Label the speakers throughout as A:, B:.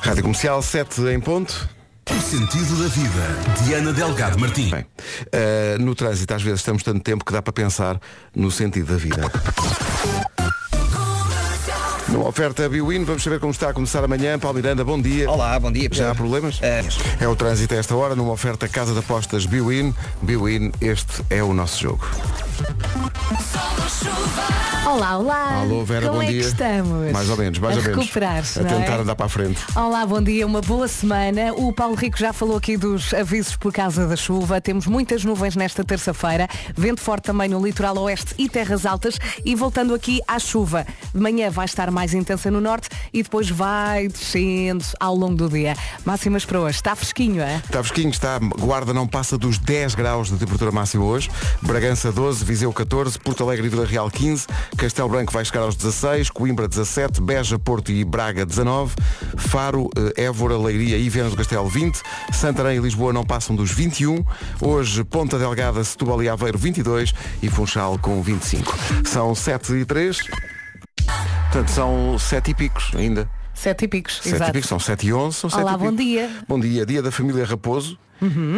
A: Rádio Comercial 7 em ponto.
B: O sentido da vida. Diana Delgado Martins.
A: Bem, eh, no trânsito às vezes estamos tanto tempo que dá para pensar no sentido da vida. Numa oferta Biwin, vamos saber como está a começar amanhã. Paulo Miranda, bom dia.
C: Olá, bom dia.
A: Já há problemas?
C: É.
A: É o trânsito a esta hora, numa oferta Casa de Apostas Biwin. Biwin, este é o nosso jogo.
D: Olá, olá!
A: Alô, Vera,
D: Como
A: bom
D: é
A: dia.
D: que estamos?
A: Mais ou menos, mais
D: a é?
A: ou menos.
D: recuperar
A: A tentar andar para a frente.
D: Olá, bom dia, uma boa semana. O Paulo Rico já falou aqui dos avisos por causa da chuva. Temos muitas nuvens nesta terça-feira, vento forte também no litoral oeste e terras altas. E voltando aqui à chuva, de manhã vai estar mais intensa no norte e depois vai descendo ao longo do dia. Máximas para hoje, está fresquinho, é?
A: Está fresquinho, está. Guarda não passa dos 10 graus de temperatura máxima hoje. Bragança 12, Viseu 14, Porto Alegre e Vila Real 15, Castelo Branco vai chegar aos 16, Coimbra 17, Beja, Porto e Braga 19, Faro, eh, Évora, Leiria e Viana do Castelo 20, Santarém e Lisboa não passam dos 21, hoje Ponta Delgada, Setúbal e Aveiro 22 e Funchal com 25. São 7 e 3, portanto são 7 e picos ainda.
D: Sete e picos,
A: Sete e
D: exato.
A: pico, são 7 e 11, são
D: Olá,
A: 7 e
D: bom
A: pico.
D: dia. Uhum.
A: Bom dia, dia da família Raposo,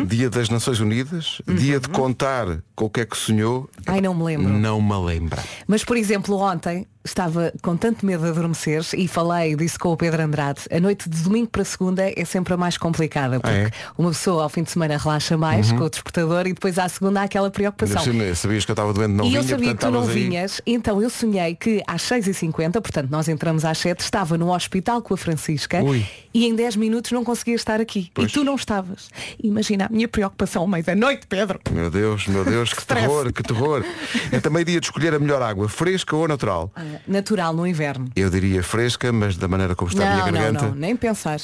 A: dia das Nações Unidas, dia de contar com o que é que sonhou.
D: Ai, não me lembro.
A: Não me lembra.
D: Mas, por exemplo, ontem estava com tanto medo de adormecer e falei disso com o Pedro Andrade. A noite de domingo para segunda é sempre a mais complicada, porque
A: é?
D: uma pessoa ao fim de semana relaxa mais com o despertador e depois à segunda há aquela preocupação.
A: Ainda por cima, Sabias que eu estava doente, não
D: e
A: vinha,
D: eu sabia
A: portanto,
D: que tu não
A: estavas aí.
D: vinhas, então eu sonhei que às 6h50, portanto nós entramos às 7, estava no hospital com a Francisca
A: Ui.
D: e em 10 minutos não conseguia estar aqui.
A: Pois.
D: E tu não estavas. Imagina a minha preocupação ao meio da noite, Pedro.
A: Meu Deus, meu Deus, que
D: Stress.
A: terror, que terror. É também dia de escolher a melhor água, fresca ou natural.
D: Ah, Natural no inverno.
A: Eu diria fresca, mas da maneira como está a minha
D: Não, não,
A: garganta,
D: não, nem pensar.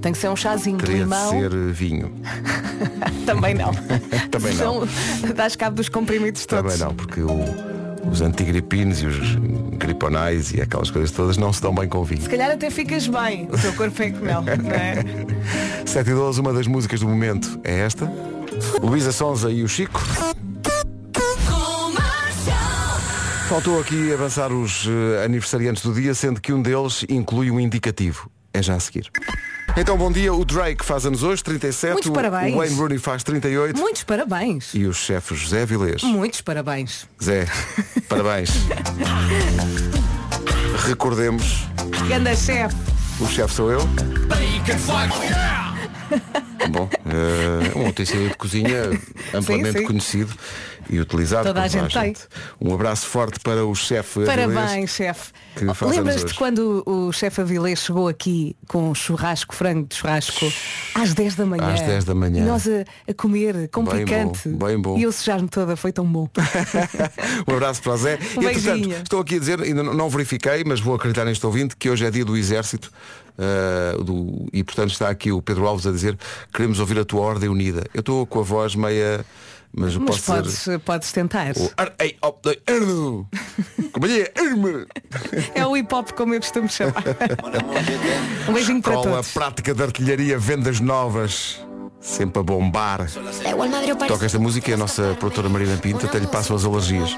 D: Tem que ser um chazinho de
A: teria
D: limão.
A: de ser eh, vinho.
D: Também não.
A: Também não.
D: São, dás cabo dos comprimidos todos.
A: Também não, porque o- os antigripines e os griponais e aquelas coisas todas não se dão bem com vinho.
D: Se calhar até ficas bem. O teu corpo é que não, não é?
A: 7 e 12, uma das músicas do momento é esta. Luísa Sonza e o Chico. Faltou aqui avançar os eh, aniversariantes do dia, sendo que um deles inclui um indicativo. É já a seguir. Então, bom dia. O Drake faz anos hoje, 37.
D: Muitos
A: o-
D: parabéns.
A: O Wayne Rooney faz 38.
D: Muitos parabéns.
A: E o chefe José Vilés.
D: Muitos parabéns.
A: Zé, parabéns. Recordemos,
D: Ganda chefe.
A: o chefe sou eu. Bom, eh, um utensílio de cozinha amplamente
D: Sim, sim.
A: conhecido e utilizado
D: Toda
A: por
D: a
A: toda
D: gente tem.
A: Um abraço forte para o chefe avilés.
D: Parabéns, chefe.
A: Que faz anos
D: Lembras-te
A: hoje.
D: quando o chefe Avilés chegou aqui com um churrasco, frango de churrasco, às 10 da manhã?
A: Às 10 da manhã.
D: E nós a, a comer, com
A: Bem bom,
D: picante.
A: bem bom.
D: E eu sujar-me toda, foi tão bom.
A: um abraço para o Zé.
D: Um
A: e entretanto,
D: beijinho.
A: estou aqui a dizer, ainda não- não verifiquei, mas vou acreditar neste ouvinte, que hoje é dia do Exército. eh, do, e portanto está aqui o Pedro Alves a dizer queremos ouvir a tua ordem unida. Eu estou com a voz meia. Mas,
D: Mas
A: posso
D: podes,
A: dizer.
D: podes tentar.
A: O ar- ei, op- ei, erdo. Companhia, é? erme.
D: É o hip hop como eu costumo chamar. um beijinho para
A: Escola
D: todos.
A: Prática de Artilharia, vendas novas. Sempre a bombar. Toca
E: Toca
A: esta música e a nossa produtora Marina Pinto até lhe passam as alergias.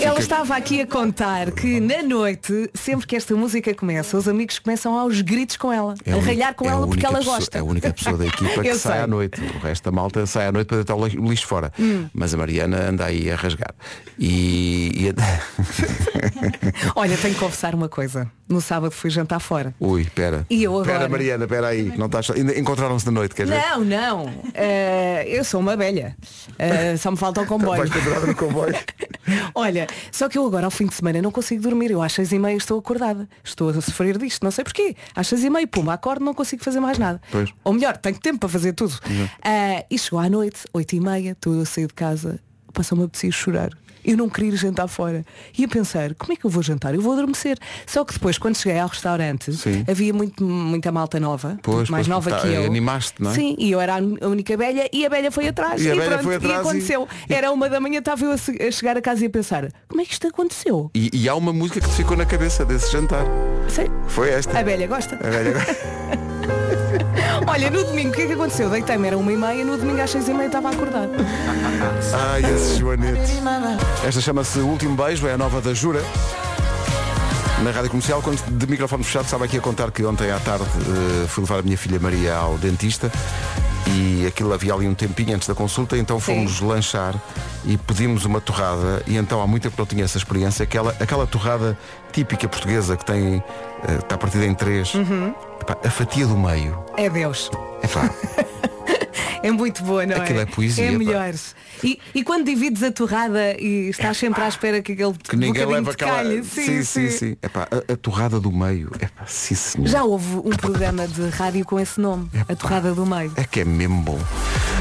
D: Ela estava aqui a contar que na noite, sempre que esta música começa, os amigos começam aos gritos com ela,
A: a
D: a
A: uni-
D: ralhar com
A: é a
D: ela porque
A: única
D: ela
A: pessoa-
D: gosta.
A: É a única pessoa da equipa que
D: Eu
A: sai
D: sei.
A: à noite. O resto da malta sai à noite para deitar o li- o lixo fora.
D: Hum.
A: Mas a Mariana anda aí a rasgar. E. e-
D: Olha, tenho que confessar uma coisa. No sábado fui jantar fora.
A: Ui, pera.
D: E eu
A: Pera,
D: agora?
A: Mariana, pera aí. Não estás... Ainda encontraram-se de noite, quer ver?
D: Não, não. Eh, eu sou uma velha. Eh, só me falta o comboio.
A: Então, Vais quebrar no comboio.
D: Olha, só que eu agora ao fim de semana não consigo dormir. Eu às seis e meia estou acordada. Estou a sofrer disto, não sei porquê. Às seis e meia, pumba, acordo, não consigo fazer mais nada.
A: Pois.
D: Ou melhor, tenho tempo para fazer tudo. Ah, e chegou à noite, oito e meia, estou a sair de casa, passou-me a preciso chorar. Eu não queria ir jantar fora. E a pensar, como é que eu vou jantar? Eu vou adormecer. Só que depois, quando cheguei ao restaurante,
A: Sim.
D: havia muito, muita malta nova,
A: Pois,
D: muito mais
A: pois,
D: nova
A: tá,
D: que eu.
A: animaste, não é?
D: Sim, e eu era a única velha e a velha foi atrás.
A: E
D: E,
A: a velha
D: pronto,
A: foi atrás e-
D: e aconteceu. Era uma da manhã, estava eu a, se- a chegar a casa e a pensar, como é que isto aconteceu?
A: E, e há uma música que te ficou na cabeça desse jantar.
D: Sei,
A: Foi esta.
D: a velha gosta.
A: A velha-
D: Olha, no domingo, o que é que aconteceu? Deitei-me, era uma e meia, no domingo às seis e meia estava a acordar.
A: Ai, esses joanetes. Esta chama-se Último Beijo, é a nova da Jura. na rádio comercial, quando de microfone fechado, estava aqui a contar que ontem à tarde eh, fui levar a minha filha Maria ao dentista e aquilo havia ali um tempinho antes da consulta, então fomos lanchar e pedimos uma torrada e então há muito tempo que não tinha essa experiência, aquela, aquela torrada típica portuguesa que tem, eh, está partida em três, Epá, a fatia do meio.
D: É Deus.
A: Epá,
D: É muito boa, não é?
A: Aquilo é poesia,
D: É
A: pá.
D: melhor. E, e quando divides a torrada e estás sempre à espera que aquele
A: que ninguém
D: bocadinho
A: leva
D: te
A: aquela.
D: calhe.
A: sim, sim, sim. Epá, a, a torrada do meio. Epá, sim senhor.
D: Já houve um programa de rádio com esse nome, A Torrada do Meio.
A: É que é mesmo bom.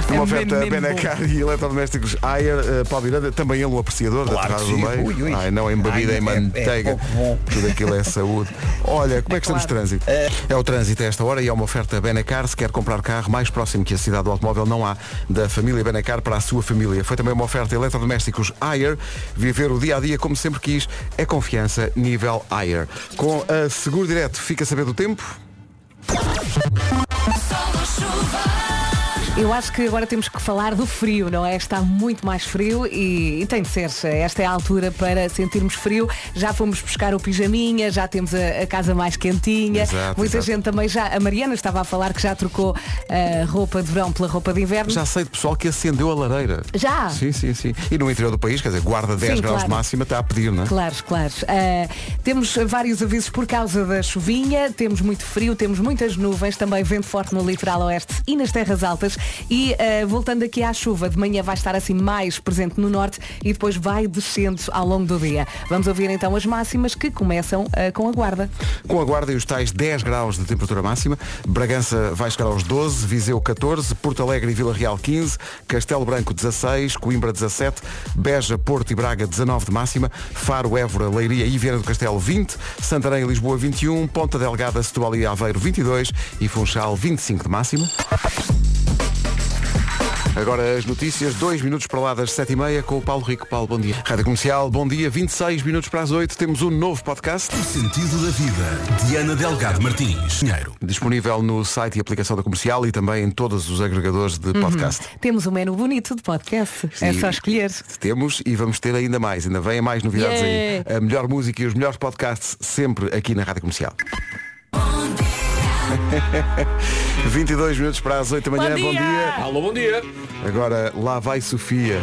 A: Numa
D: É
A: oferta
D: mesmo, mesmo
A: Benacar e eletrodomésticos Ayer, eh, Paulo Miranda, também ele um apreciador da
C: Claro que
A: Torrada do
C: sim.
A: Meio.
C: Ui, ui.
A: Ai, não, em bebida,
C: Ai, é-
A: em manteiga.
C: é pouco bom.
A: Tudo aquilo é saúde. Olha, como é que estamos de
D: claro.
A: trânsito? É o trânsito a esta hora e é uma oferta Benacar. Se quer comprar carro mais próximo que a cidade do automóvel, não há. Da família Benacar para a sua família. Foi também uma oferta eletrodomésticos Ayer. Viver o dia a dia como sempre quis é confiança nível Ayer. Com a Seguro Direto, fica a saber do tempo.
D: Eu acho que agora temos que falar do frio, não é? Está muito mais frio e, e tem de ser. Esta é a altura para sentirmos frio. Já fomos buscar o pijaminha, já temos a, a casa mais quentinha.
A: Exato,
D: Muita
A: exato.
D: gente também já. A Mariana estava a falar que já trocou a roupa de verão pela roupa de inverno.
A: Já sei de pessoal que acendeu a lareira.
D: Já?
A: Sim, sim, sim. E no interior do país, quer dizer, guarda 10
D: Sim,
A: graus de
D: claro.
A: máxima, está a pedir, não é?
D: Claro, claro. Ah, temos vários avisos por causa da chuvinha, temos muito frio, temos muitas nuvens, também vento forte no litoral oeste e nas terras altas. E ah, voltando aqui à chuva, de manhã vai estar assim mais presente no norte e depois vai descendo ao longo do dia. Vamos ouvir então as máximas que começam ah, com a guarda.
A: Com a guarda e os tais 10 graus de temperatura máxima, Bragança vai chegar aos 12, Viseu 14, Porto Alegre e Vila Real 15, Castelo Branco 16, Coimbra 17, Beja, Porto e Braga 19 de máxima, Faro, Évora, Leiria e Viana do Castelo 20, Santarém e Lisboa 21, Ponta Delgada, Setúbal e Aveiro 22 e Funchal 25 de máxima. Agora as notícias, dois minutos para lá das sete e meia com o Paulo Rico. Paulo, bom dia. Rádio Comercial, bom dia. 26 minutos para as 8, temos um novo podcast
B: O sentido da vida. Diana Delgado Martins. Dinheiro.
A: disponível no site e aplicação da Comercial e também em todos os agregadores de podcast.
D: Temos um menu bonito de podcast. É
A: E
D: só escolher.
A: Temos e vamos ter ainda mais, ainda vêm mais novidades
D: Yeah.
A: aí. A melhor música e os melhores podcasts sempre aqui na Rádio Comercial. 22 minutos para as 8 da manhã, bom dia.
E: Alô, bom dia.
A: Agora lá vai Sofia,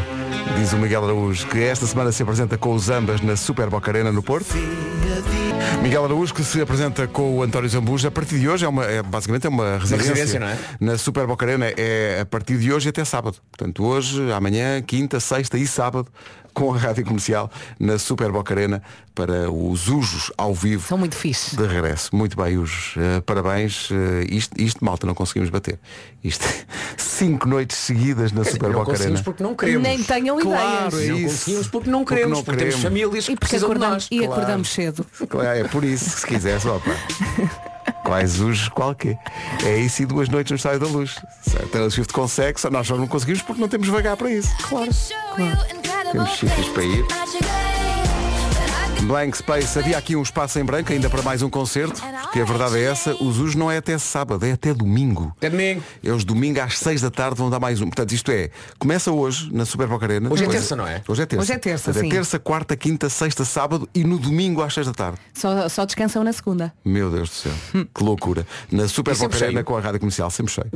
A: diz o Miguel Araújo, que esta semana se apresenta com os ambas na Super Boca Arena no Porto. Miguel Araújo que se apresenta com o António Zambujo a partir de hoje é uma é, basicamente é uma residência,
E: residência, não é?
A: na Super Boca Arena é a partir de hoje até sábado. Portanto, hoje, amanhã, quinta, sexta e sábado com a Rádio Comercial na Super Boca Arena para os Ujos ao vivo.
D: São muito fixe.
A: De regresso. Muito bem, Ujos. Eh, parabéns. Eh, isto, isto, malta, não conseguimos bater. Isto, cinco noites seguidas na Super
E: não
A: Boca
E: conseguimos
A: Arena.
E: porque não queremos.
D: Nem tenham
E: claro,
D: ideias.
E: Não
A: Isso.
E: conseguimos porque não
A: Porque
E: queremos,
A: não
E: porque, temos
A: queremos.
E: famílias que
D: E porque
E: precisam de
D: acordamos,
E: nós.
D: e acordamos cedo.
A: Claro, É por isso que se quiser só, pá. Quais os qualquer. É isso e duas noites no estádio da luz. Se a Taylor Swift consegue, só nós só não conseguimos porque não temos vagar para isso.
F: Claro.
A: Temos sítios para ir. Blank Space, havia aqui um espaço em branco ainda para mais um concerto, porque a verdade é essa, os Us não é até sábado, é até domingo.
E: Até domingo.
A: Eles domingo às 6 da tarde vão dar mais um. Portanto, isto é, começa hoje na Super Boca Arena.
E: Hoje é
A: Depois-
E: terça, não é?
A: Hoje é terça.
D: Hoje é terça,
A: Portanto,
D: sim.
A: terça, quarta, quinta, sexta, sábado e no domingo às 6 da tarde.
D: Só, só descansam na segunda.
A: Meu Deus do céu,
D: Hum.
A: que loucura. Na Super
E: E sempre
A: Boca Arena
E: cheio.
A: com a rádio comercial, sempre cheio.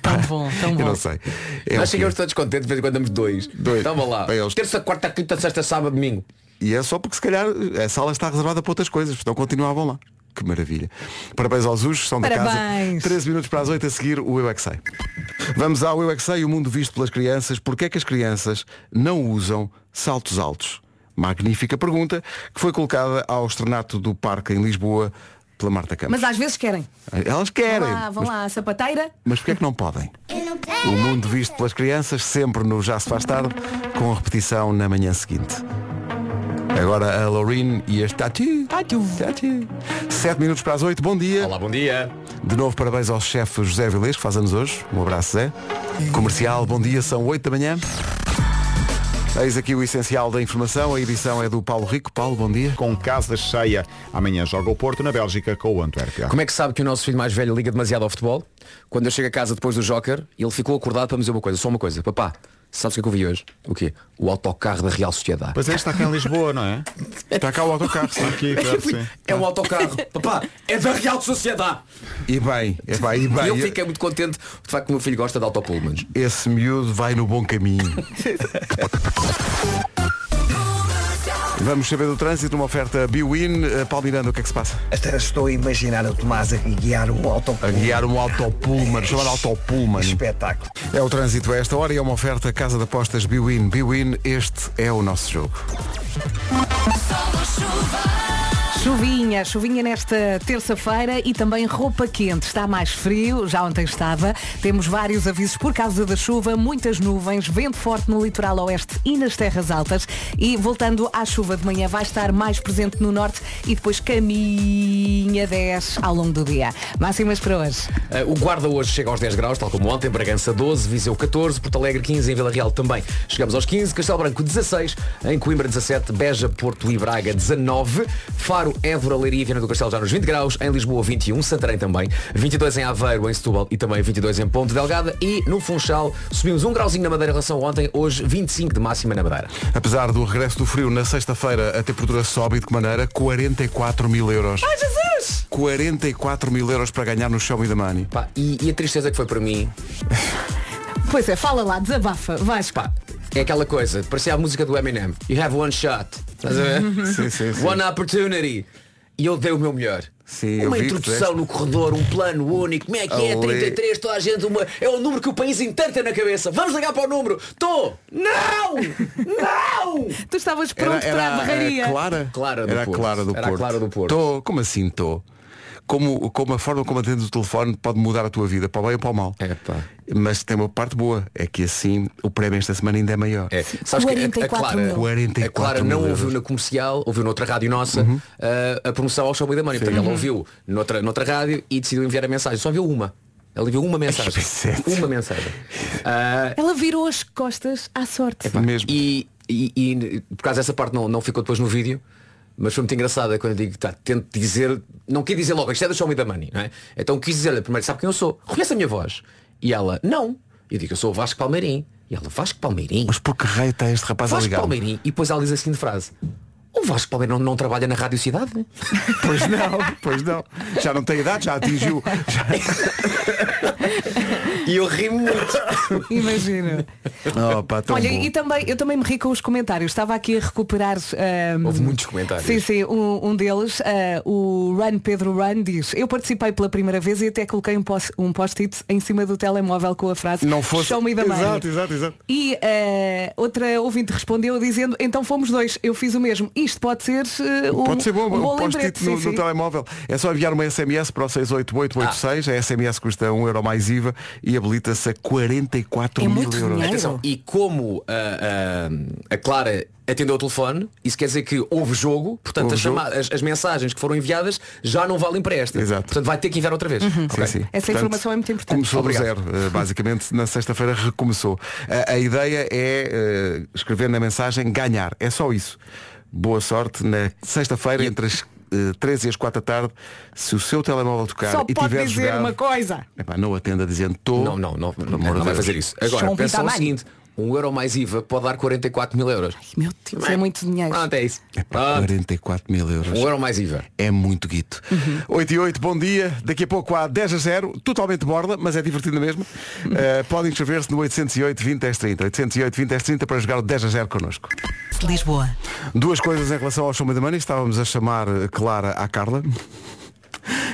D: Tão bom, tão
A: Eu
D: bom.
A: não sei. É o
E: Nós
A: que
E: chegamos
A: é.
E: todos contentes, de vez em quando damos dois.
A: Dois.
E: Toma lá.
A: Bem, eles-
E: Terça, quarta, quinta, sexta, sábado, domingo.
A: E é só porque se calhar a sala está reservada para outras coisas, então continuavam lá. Que maravilha. Parabéns aos Ujos, são da casa.
D: Parabéns.
A: 13 minutos para as 8 a seguir o Eu É Que Sei. Vamos ao Eu É Que Sei, o mundo visto pelas crianças. Porquê é que as crianças não usam saltos altos? Magnífica pergunta que foi colocada ao externato do parque em Lisboa pela Marta Campos.
D: Mas às vezes querem.
A: Elas querem,
D: Vão lá, vão
A: mas,
D: lá, sapateira.
A: mas porquê é que não podem? O mundo visto pelas crianças, sempre no Já Se Faz Tarde, com a repetição na manhã seguinte. Agora a Loreen e a Tati. Tati. Sete minutos para as oito, bom dia.
E: Olá, bom dia.
A: De novo, parabéns ao chefe José Vilês, que faz anos hoje. Um abraço, Zé. Comercial, bom dia, são oito da manhã. Eis aqui o essencial da informação, a edição é do Paulo Rico. Paulo, bom dia.
G: com casa cheia. Amanhã joga o Porto na Bélgica com o Antuérpia.
C: Como é que sabe que o nosso filho mais velho liga demasiado ao futebol? Quando eu chego a casa depois do Joker, ele ficou acordado para me dizer uma coisa, só uma coisa. Papá,
E: Sabes o que é que eu vi hoje? O quê? O autocarro da Real Sociedade.
G: Pois é, está cá em Lisboa, não é?
A: Está cá o autocarro. sim.
G: Aqui, claro, sim.
E: É um autocarro. Papá, é da Real Sociedade.
A: E bem, e bem, e bem.
E: E eu fiquei muito contente de facto que o meu filho gosta de autopullmans.
A: Esse miúdo vai no bom caminho. Vamos saber do trânsito, uma oferta Biwin. Eh, Paulo Miranda, o que é que se passa?
C: Até Estou a imaginar o Tomás a guiar um
A: A
C: autocarro.
A: guiar um autopulman, chamar autopulman.
C: Espetáculo.
A: É o trânsito a esta hora e é uma oferta Casa de Apostas Biwin. Biwin, este é o nosso jogo.
D: Chuvinha, chuvinha nesta terça-feira e também roupa quente. Está mais frio, já ontem estava. Temos vários avisos por causa da chuva, muitas nuvens, vento forte no litoral oeste e nas terras altas. E voltando à chuva de manhã, vai estar mais presente no norte e depois caminha 10 ao longo do dia. Máximas para hoje.
E: Eh, o Guarda hoje chega aos 10 graus, tal como ontem, Bragança 12, Viseu 14, Porto Alegre 15, em Vila Real também chegamos aos 15, Castelo Branco 16, em Coimbra 17, Beja, Porto e Braga 19, Faro, Évora, Leiria e Viana do Castelo já nos 20 graus, em Lisboa 21, Santarém também, 22 em Aveiro, em Setúbal e também 22 em Ponte Delgada e no Funchal subimos um grauzinho na Madeira em relação a ontem, hoje 25 de máxima na Madeira.
A: Apesar do regresso do frio na sexta-feira, a temperatura sobe e de que maneira? 44 mil euros. Ai, Jesus! 44 mil euros para ganhar no Show Me the Money.
E: Pá, e, e a tristeza que foi para mim,
D: Pois é, fala lá, desabafa, vais.
E: pá, é aquela coisa, parecia a música do Eminem, you have one shot, estás a ver?
A: Sim, sim, sim.
E: One opportunity. E eu dei o meu melhor.
A: Sim, eu
E: uma
A: vi que
E: introdução
A: fizeste.
E: no corredor, um plano único, como é que é?
A: Ali.
E: 33, toda a gente, uma... é o número que o país inteiro tem na cabeça. Vamos ligar para o número. Tô! Não! Não!
D: Tu estavas pronto para a barraria.
A: eh, Clara?
E: Clara do
A: era
E: Porto.
A: Clara do
E: Era a
A: Porto.
E: Clara do Porto.
A: Tô, como assim tô? Como, como a forma como atendes o telefone pode mudar a tua vida, para o bem ou para o mal.
E: Epá.
A: Mas tem uma parte boa, é que assim o prémio esta semana ainda é maior.
E: É, sabes que a- a,
D: 44
E: Clara,
D: mil.
A: 44
E: a É Clara
A: mil
E: não
A: euros. Uhum.
E: ouviu na comercial, ouviu noutra rádio nossa ah, a, a promoção ao Show Me the Money. Portanto, ela ouviu noutra, noutra rádio e decidiu enviar a mensagem. Só enviou uma. Ela enviou uma mensagem.
A: sete.
E: Uma mensagem. Ah,
D: Ela virou as costas à sorte.
E: Pá,
A: Mesmo.
E: E, e- e, por causa dessa parte não, não ficou depois no vídeo, mas foi muito engraçada quando eu digo, tá, tento dizer, não quis dizer logo, isto é do Show Me the Money, não é? Então quis dizer-lhe primeiro, sabe quem eu sou? Reconhece a minha voz? E ela, não. Eu digo, eu sou o Vasco Palmeirim. E ela, Vasco Palmeirim?
A: Mas por que raio está este rapaz a
E: Vasco
A: ligar?
E: Palmeirim. E depois ela diz a seguinte frase. O Vasco Palmeirim não, não trabalha na Rádio Cidade?
A: Pois não, pois não. Já não tem idade, já atingiu. já-
E: E eu ri muito.
D: Imagino.
A: Oh, pá, tão
D: Olha,
A: bom.
D: e também, eu também me ri com os comentários. Estava aqui a recuperar. ah, ahm,
E: Houve muitos comentários.
D: Sim, sim, um, um deles, ah, o Run Pedro Run, diz, eu participei pela primeira vez e até coloquei um pos- um post-it em cima do telemóvel com a frase
A: Não fosse-
D: Show me the money."
A: Exato, exato, exato.
D: E ah, outra ouvinte respondeu dizendo, então fomos dois, eu fiz o mesmo. Isto pode ser ah, um,
A: Pode ser bom,
D: um bom
A: um
D: lembrete.
A: post-it
D: Sim,
A: no,
D: sim.
A: no telemóvel. É só enviar uma SMS para o
D: Ah.
A: 68886. A SMS custa 1 euro mais IVA e habilita-se a 44
D: É
A: mil
D: muito
A: euros.
D: dinheiro.
E: Atenção, e como a, a- a Clara atendeu o telefone, isso quer dizer que houve jogo, portanto
A: Houve
E: as,
A: jogo.
E: chamadas- as- as mensagens que foram enviadas já não valem para esta.
A: Exato.
E: Portanto vai ter que enviar outra vez.
D: Uhum.
E: Ok.
A: Sim, sim.
D: Essa informação é muito importante.
A: Começou
E: Obrigado.
A: do zero, eh, basicamente, na sexta-feira recomeçou. A, a ideia é eh, escrever na mensagem ganhar. É só isso. Boa sorte na sexta-feira, entre as eh, 13 e as 4 da tarde, se o seu telemóvel tocar
D: Só
A: e
D: pode
A: tiver
D: dizer
A: jogado,
D: uma coisa.
A: Epá, não atenda dizendo estou.
E: Não, não, não,
A: Pelo
E: não,
A: amor de
E: não vai
A: Deus.
E: fazer isso.
D: Show
E: Agora,
D: me
E: pensa
D: the
E: o
D: money.
E: seguinte, um euro mais IVA pode dar 44 mil euros.
D: Meu Deus, é muito dinheiro.
A: Ah,
E: Pronto, é isso.
A: Pá,
E: Pronto,
A: 44 mil euros.
E: um euro mais IVA.
A: É muito guito. 8 e 8, bom dia. Daqui a pouco há 10 a 0, totalmente borda, mas é divertido mesmo. Eh, podem inscrever-se no 808 20 10 30. 808 20 10 30 para jogar o 10 a 0 connosco.
D: Lisboa.
A: Duas coisas em relação ao Show Me the Money. Estávamos a chamar eh, Clara à Carla.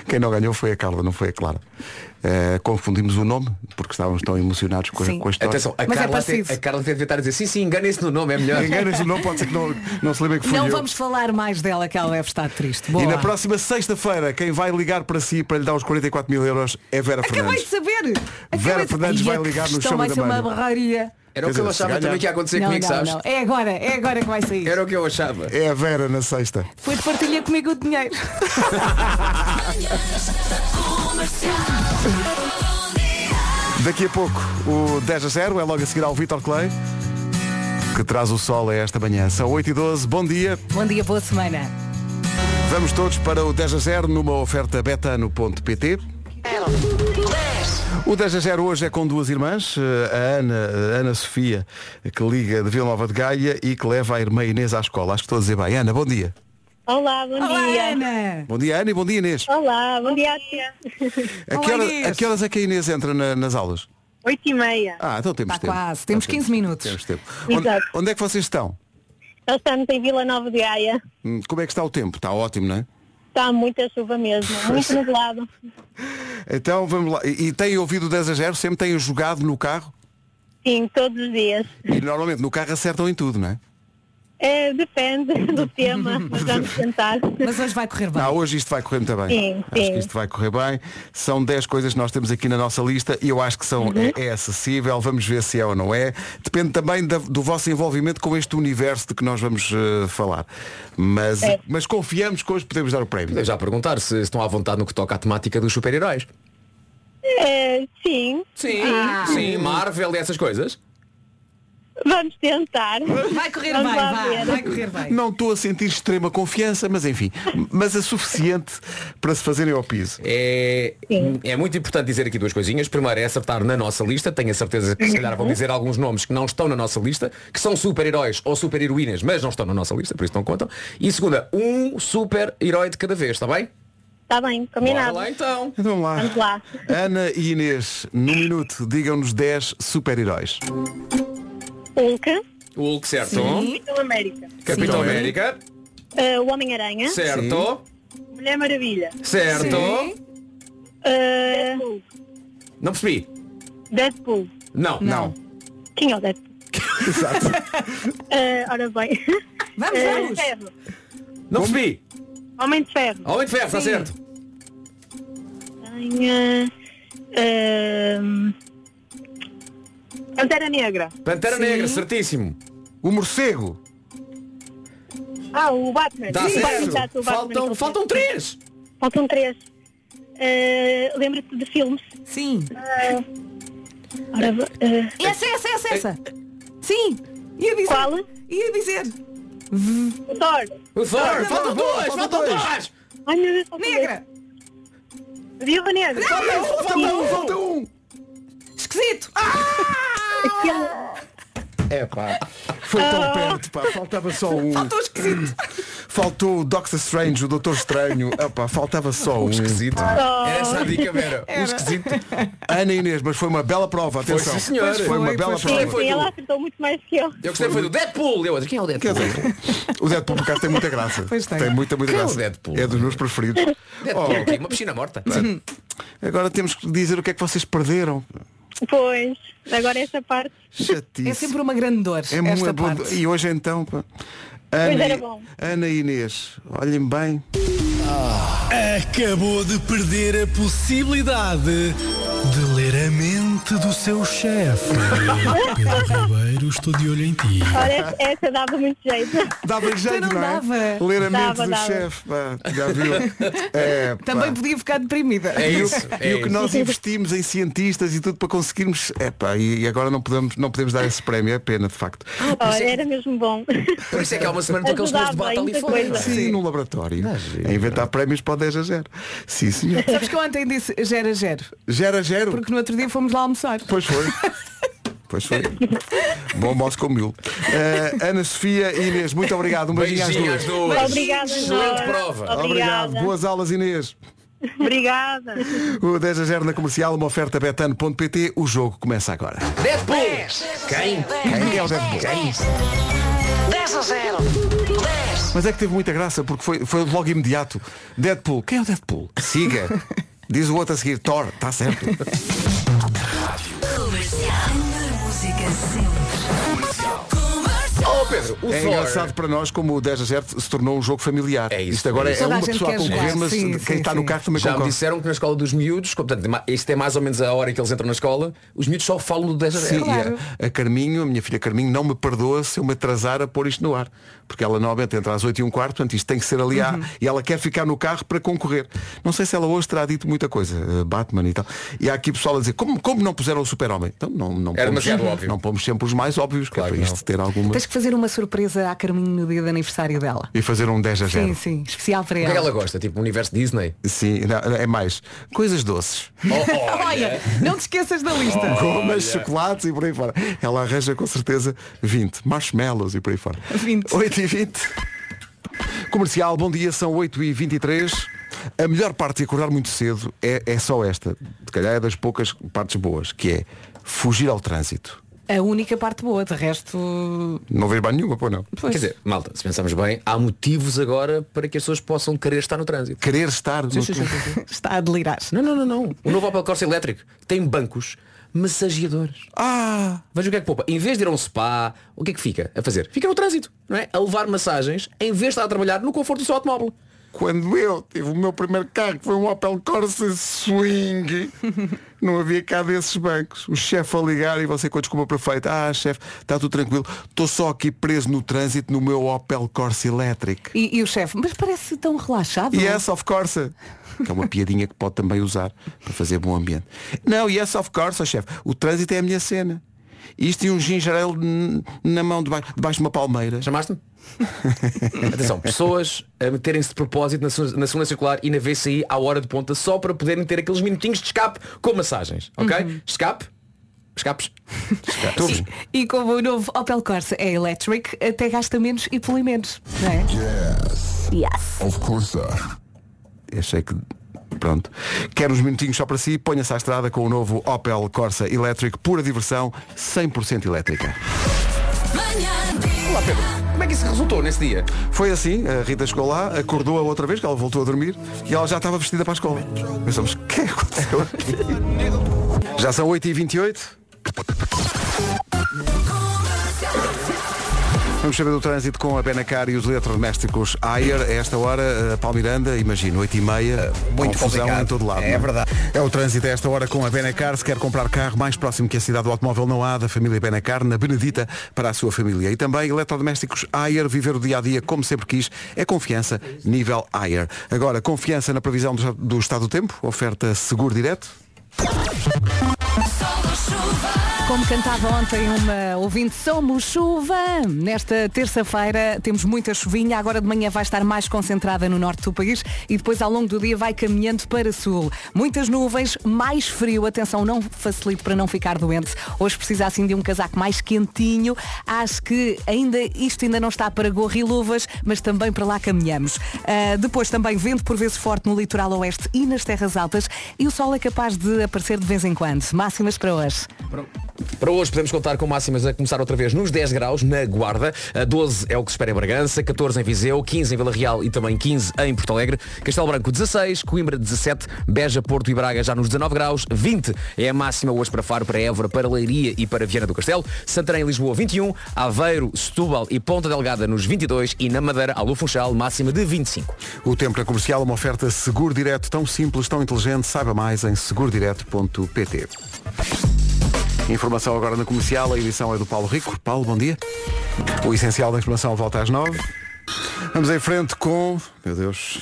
A: Quem não ganhou foi a Carla, não foi a Clara. Eh, confundimos o nome, porque estávamos tão emocionados com a,
D: Sim.
A: com a história.
E: Atenção, a
D: Mas é
E: Carla,
D: parecido.
E: até- a Carla até devia estar a dizer, sim, sim, enganem-se no nome, é melhor.
A: Enganas o nome, pode ser que não, não se lembrem que fui
D: Não
A: eu.
D: vamos falar mais dela que ela deve estar triste. Boa.
A: E na próxima sexta-feira, quem vai ligar para si para lhe dar os 44 mil euros é Vera
D: Acabei de
A: Fernandes.
D: saber.
A: Vera
D: Acabei de-
A: Fernandes
D: Ai,
A: vai
D: a
A: ligar no
D: questão
A: Show
D: vai
A: da
D: ser uma
A: Manhã.
D: barraria.
E: Era o
A: Quer
E: que
A: dizer,
E: eu
A: se
E: achava
A: ganhar-
E: também que ia acontecer
D: Não,
E: comigo,
D: não,
E: sabes?
D: não. É agora, é agora que vai sair.
E: Era o que eu achava.
A: É a Vera na sexta.
D: Depois partilha comigo o dinheiro.
A: Daqui a pouco o 10 a 0 é logo a seguir ao Vitor Clay, que traz o sol a esta manhã. São 8 e 12 bom dia.
D: Bom dia, boa semana.
A: Vamos todos para o 10 a 0 numa oferta betano.pt. O 10 a 0 hoje é com duas irmãs, eh, a Ana, a Ana Sofia, que liga de Vila Nova de Gaia e que leva a irmã Inês à escola. Acho que estou a dizer bem. Ana, bom dia.
F: Olá, bom dia.
D: Ana!
A: Bom dia, Ana, e bom dia, Inês.
F: Olá, bom dia, tia.
A: A que, hora-
D: Inês.
A: a que horas é que a Inês entra na- nas aulas?
F: Oito e meia.
A: Ah, então temos
D: Está
A: tempo.
D: Tá quase. Temos
A: Então
D: 15 minutos.
A: Temos tempo. Onde,
F: Exato.
A: onde é que vocês estão?
F: Nós estamos em Vila Nova de Gaia.
A: Hum, Como é que está o tempo? Está ótimo, não é?
F: Está muita chuva mesmo, muito nublado.
A: Então vamos lá. E, e têm ouvido o 10 a 0? Sempre têm jogado no carro?
F: Sim, todos os dias.
A: E normalmente no carro acertam em tudo, não é?
F: É, depende do tema, mas vamos tentar.
D: Mas hoje vai correr bem.
A: Ah, hoje isto vai correr muito bem.
F: Sim,
A: acho
F: sim.
A: que isto vai correr bem. São 10 coisas que nós temos aqui na nossa lista e eu acho que são,
F: Uhum.
A: é, é acessível. Vamos ver se é ou não é. Depende também da- do vosso envolvimento com este universo de que nós vamos eh, falar. Mas,
F: É.
A: mas confiamos que hoje podemos dar o prémio.
E: Eu já a perguntar se se estão à vontade no que toca à temática dos super-heróis.
F: É, sim,
E: Sim, sim, Marvel e essas coisas.
F: vamos tentar.
D: Vai correr
F: Vamos
D: bem,
F: lá
D: vai,
F: ver.
D: vai correr bem.
A: Não estou a sentir extrema confiança, mas enfim. Mas é suficiente para se fazerem ao piso.
E: É,
F: Sim.
E: é muito importante dizer aqui duas coisinhas. Primeiro é acertar na nossa lista. Tenho a certeza que se calhar vão dizer alguns nomes que não estão na nossa lista, que são super-heróis ou super-heroínas, mas não estão na nossa lista, por isso não contam. E segunda, um super-herói de cada vez, está bem?
F: Está bem,
E: Bora
F: combinado.
E: lá então.
A: Então vamos lá.
F: Vamos lá.
A: Ana e Inês, num minuto, digam-nos 10 super-heróis.
F: Hulk,
E: Hulk, certo.
F: Capitão América,
E: Capitão América,
F: Eh, o Homem-Aranha,
E: certo.
F: Mulher Maravilha,
E: Certo.
F: Eh,
E: Não percebi.
F: Deadpool.
E: Não.
D: Não.
F: Quem é o Deadpool?
A: Exato.
F: Eh, ora bem.
D: Vamos,
A: É.
F: Eh,
D: vamos.
F: ferro.
E: Não percebi.
F: Homem de Ferro.
E: Homem de ferro, está certo.
F: Tenha. ehm, Pantera Negra.
E: Pantera
D: Sim.
E: Negra, certíssimo.
A: O morcego.
F: Ah, o Batman.
E: Está
F: O Batman,
E: Tá certo.
F: exato, o Batman.
E: Faltam, faltam três.
F: Faltam três. Eh, Lembra-te de filmes.
D: Sim.
F: Eh,
E: Ah.
F: ora, eh,
D: Essa, essa, essa, essa. Sim. Ia dizer.
F: Qual?
D: Ia dizer.
F: o Thor.
E: O Thor,
D: não,
E: faltam
D: não,
E: dois,
A: faltam
E: faltam
A: dois.
E: dois.
F: Ai meu Deus, faltam
D: Negra.
F: dois. Viúva Negra.
A: Falta um, falta um.
D: Esquisito. Ah!
F: Aquele-
A: É pá, foi
F: Ah.
A: tão perto, pá, faltava só um.
D: Estou esquisito.
A: Faltou o Doctor Strange, o Doutor Estranho. É pá, faltava só um.
E: Esquisito.
F: Oh.
E: Era essa a dica, Vera. Um esquisito.
A: Ana Inês, mas foi uma bela prova, atenção.
E: sim, senhor.
A: Foi uma
D: Foi,
A: bela
D: pois
F: Sim,
A: prova.
E: foi
F: sim,
E: tu.
F: ela acertou muito mais que eu.
E: Eu gostei foi do Deadpool. Eu, quem é o
A: Quer
E: Deadpool?
A: dizer, o Deadpool por acaso tem muita graça.
D: Pois tem.
A: muita, muita
E: Quem é o
A: graça.
E: Deadpool?
A: É dos meus preferidos.
E: Deadpool,
A: Oh,
E: tem uma piscina morta.
A: agora temos que dizer o que é que vocês perderam.
F: Pois. Agora essa parte.
A: Chatice.
D: É sempre uma grande dor.
A: É
D: esta
A: muito bom.
D: parte.
A: E hoje então, pá. Ana,
F: era
A: e-
F: bom.
A: Ana e Inês, olhem bem.
B: Acabou de perder a possibilidade de ler a mente do seu chefe. Pedro Ribeiro, estou de olho em ti.
F: Olha, essa- essa dava muito jeito.
A: Dava jeito,
D: não
A: não, é?
D: dava.
A: Ler a mente
F: Dava,
A: do
F: dava.
A: chefe, pá, já viu? É, pá.
D: Também podia ficar deprimida.
E: É
A: E o,
E: isso.
A: e
E: É
A: o que
E: isso.
A: nós investimos em cientistas e tudo para conseguirmos. Epá, e e agora não podemos, não podemos dar esse prémio, é pena de facto.
F: Olha, era mesmo bom.
E: Por isso é que há uma semana com aqueles meus de
F: Ajudava
E: bata ali
F: muita
E: fora.
F: coisa.
A: Sim, num laboratório. A inventar prémios para o 10 a 0. Sim, senhor.
D: Sabes que eu ontem disse gera a zero,
A: Gera zero.
D: porque no outro dia fomos lá almoçar.
A: Pois foi. Pois foi. Bom almoço com mil. Eh, Ana Sofia e Inês, muito obrigado. Um beijinho às
E: Beijinho às
A: duas.
E: duas.
F: Obrigada,
E: Excelente
F: Nora.
E: prova.
A: Obrigado.
F: Obrigada.
A: Boas aulas, Inês.
F: Obrigada.
A: O 10 a 0 na comercial, uma oferta betano.pt. O jogo começa agora.
E: Deadpool. Quem?
A: Quem é o Deadpool?
H: 10 a 0. 10.
A: Mas é que teve muita graça porque foi, foi logo imediato. Deadpool, quem é o Deadpool? Siga. Diz o outro a seguir, Thor, está certo.
E: Oh Pedro, o
A: É engraçado
E: Thor.
A: para nós como o 10 a 0 se tornou um jogo familiar.
E: É isso,
A: Isto agora
E: é
A: é,
E: isso.
D: Toda a
A: uma
D: gente
A: pessoa a
D: quer
A: concorrer,
D: jogar.
A: mas
D: Sim,
A: quem
D: sim,
A: está no
D: sim.
A: carro também
E: Já me
A: concorre.
E: disseram que na escola dos miúdos, portanto, ma- isto é mais ou menos a hora que eles entram na escola, os miúdos só falam do 10 a
A: Sim, é.
E: 0.
D: Claro.
A: e a, a Carminho, a minha filha Carminho, não me perdoa se eu me atrasar a pôr isto no ar. Porque ela normalmente entra às 8 e um quarto, portanto isto tem que ser ali à-
D: Uhum.
A: e ela quer ficar no carro para concorrer. Não sei se ela hoje terá dito muita coisa, eh, Batman e tal. E há aqui pessoal a dizer, como, como não puseram o super-homem? Então não, não,
E: Era
A: pomos,
E: demasiado óbvio.
A: não pomos sempre os mais óbvios, que é
E: Claro
A: para
E: que
A: isto ter alguma.
D: Tens que fazer um uma surpresa à Carminho no dia de aniversário dela.
A: E fazer um 10 a 0.
D: Sim, sim, especial para
E: O que é que
D: ela.
E: ela gosta? Tipo, universo Disney?
A: Sim, não, é mais. Coisas doces.
D: Olha, não te esqueças da lista.
A: Gomas, chocolates e por aí fora. Ela arranja com certeza 20. Marshmallows e por aí fora.
D: 20.
A: 8 e 20. Comercial, bom dia, são 8 e 23. A melhor parte de acordar muito cedo é, é só esta. Se calhar é das poucas partes boas, que é fugir ao trânsito.
D: A única parte boa, de resto.
A: Não vejo bem nenhuma, pô não.
D: Pois.
E: Quer dizer, malta, se pensarmos bem, há motivos agora para que as pessoas possam querer estar no trânsito.
A: Querer estar no trânsito.
D: Está a delirar.
E: Não, não, não, não. O novo Opel Corsa elétrico tem bancos massageadores.
A: Ah!
E: Veja o que é que poupa. Em vez de ir a um spa, o que é que fica a fazer? Fica no trânsito, não é? A levar massagens, em vez de estar a trabalhar no conforto do seu automóvel.
A: Quando eu tive o meu primeiro carro, que foi um Opel Corsa Swing, não havia cá desses bancos. O chefe a ligar e você com a desculpa perfeita. Ah, chefe, está tudo tranquilo. Estou só aqui preso no trânsito no meu Opel Corsa elétrico.
D: E, e o chefe, mas parece tão relaxado.
A: Yes, of course. Que é uma piadinha que pode também usar para fazer bom ambiente. Não, yes, of course, ó chefe. O trânsito é a minha cena. Isto e um ginger ale n- na mão debaixo, debaixo de uma palmeira.
E: Chamaste-me? Atenção, pessoas a meterem-se de propósito na, su- na segunda circular e na VCI à hora de ponta só para poderem ter aqueles minutinhos de escape com massagens, ok? Escape? Escapes?
A: Todos.
D: E como o novo Opel Corsa é electric, até gasta menos e polui menos. Não é?
A: achei que pronto. Quer uns minutinhos só para si, ponha-se à estrada com o novo Opel Corsa elétrico, pura diversão, 100% elétrica.
E: Como é que isso resultou nesse dia?
A: Foi assim, a Rita chegou lá, acordou-a outra vez, que ela voltou a dormir, e ela já estava vestida para a escola. Pensamos, o que é que aconteceu aqui? Já são 8h28. Vamos saber do trânsito com a Benacar e os eletrodomésticos Ayer. A esta hora, a Palmiranda, imagino, 8h30,
C: É, muito
A: confusão
C: complicado.
A: em todo lado.
C: É
A: não
C: verdade.
A: É o trânsito a esta hora com a Benacar. Se quer comprar carro mais próximo que a cidade do automóvel, não há da família Benacar, na Benedita, para a sua família. E também eletrodomésticos Ayer, viver o dia-a-dia como sempre quis, é confiança, nível Ayer. Agora, confiança na previsão do, do estado do tempo, oferta seguro direto.
D: Como cantava ontem uma ouvinte, somos chuva. Nesta terça-feira temos muita chuvinha, agora de manhã vai estar mais concentrada no norte do país e depois ao longo do dia vai caminhando para sul. Muitas nuvens, mais frio, atenção, não facilite para não ficar doente. Hoje precisa assim de um casaco mais quentinho. Acho que ainda isto ainda não está para gorro e luvas, mas também para lá caminhamos. Ah, depois também vento por vezes forte no litoral oeste e nas terras altas e o sol é capaz de aparecer de vez em quando. Máximas para hoje.
E: Para hoje podemos contar com máximas a começar outra vez nos 10 graus na Guarda. A 12 é o que se espera em Bragança, 14 em Viseu, 15 em Vila Real e também 15 em Porto Alegre. Castelo Branco 16, Coimbra 17, Beja, Porto e Braga já nos 19 graus, 20 é a máxima hoje para Faro, para Évora, para Leiria e para Viana do Castelo. Santarém e Lisboa 21, Aveiro, Setúbal e Ponta Delgada nos 22 e na Madeira, Alô Funchal, máxima de 25.
A: O tempo na comercial, uma oferta seguro direto, tão simples, tão inteligente, saiba mais em segurodireto.pt. Informação agora na comercial, a edição é do Paulo Rico. Paulo, bom dia. O essencial da informação volta às nove. Vamos em frente com. Meu Deus.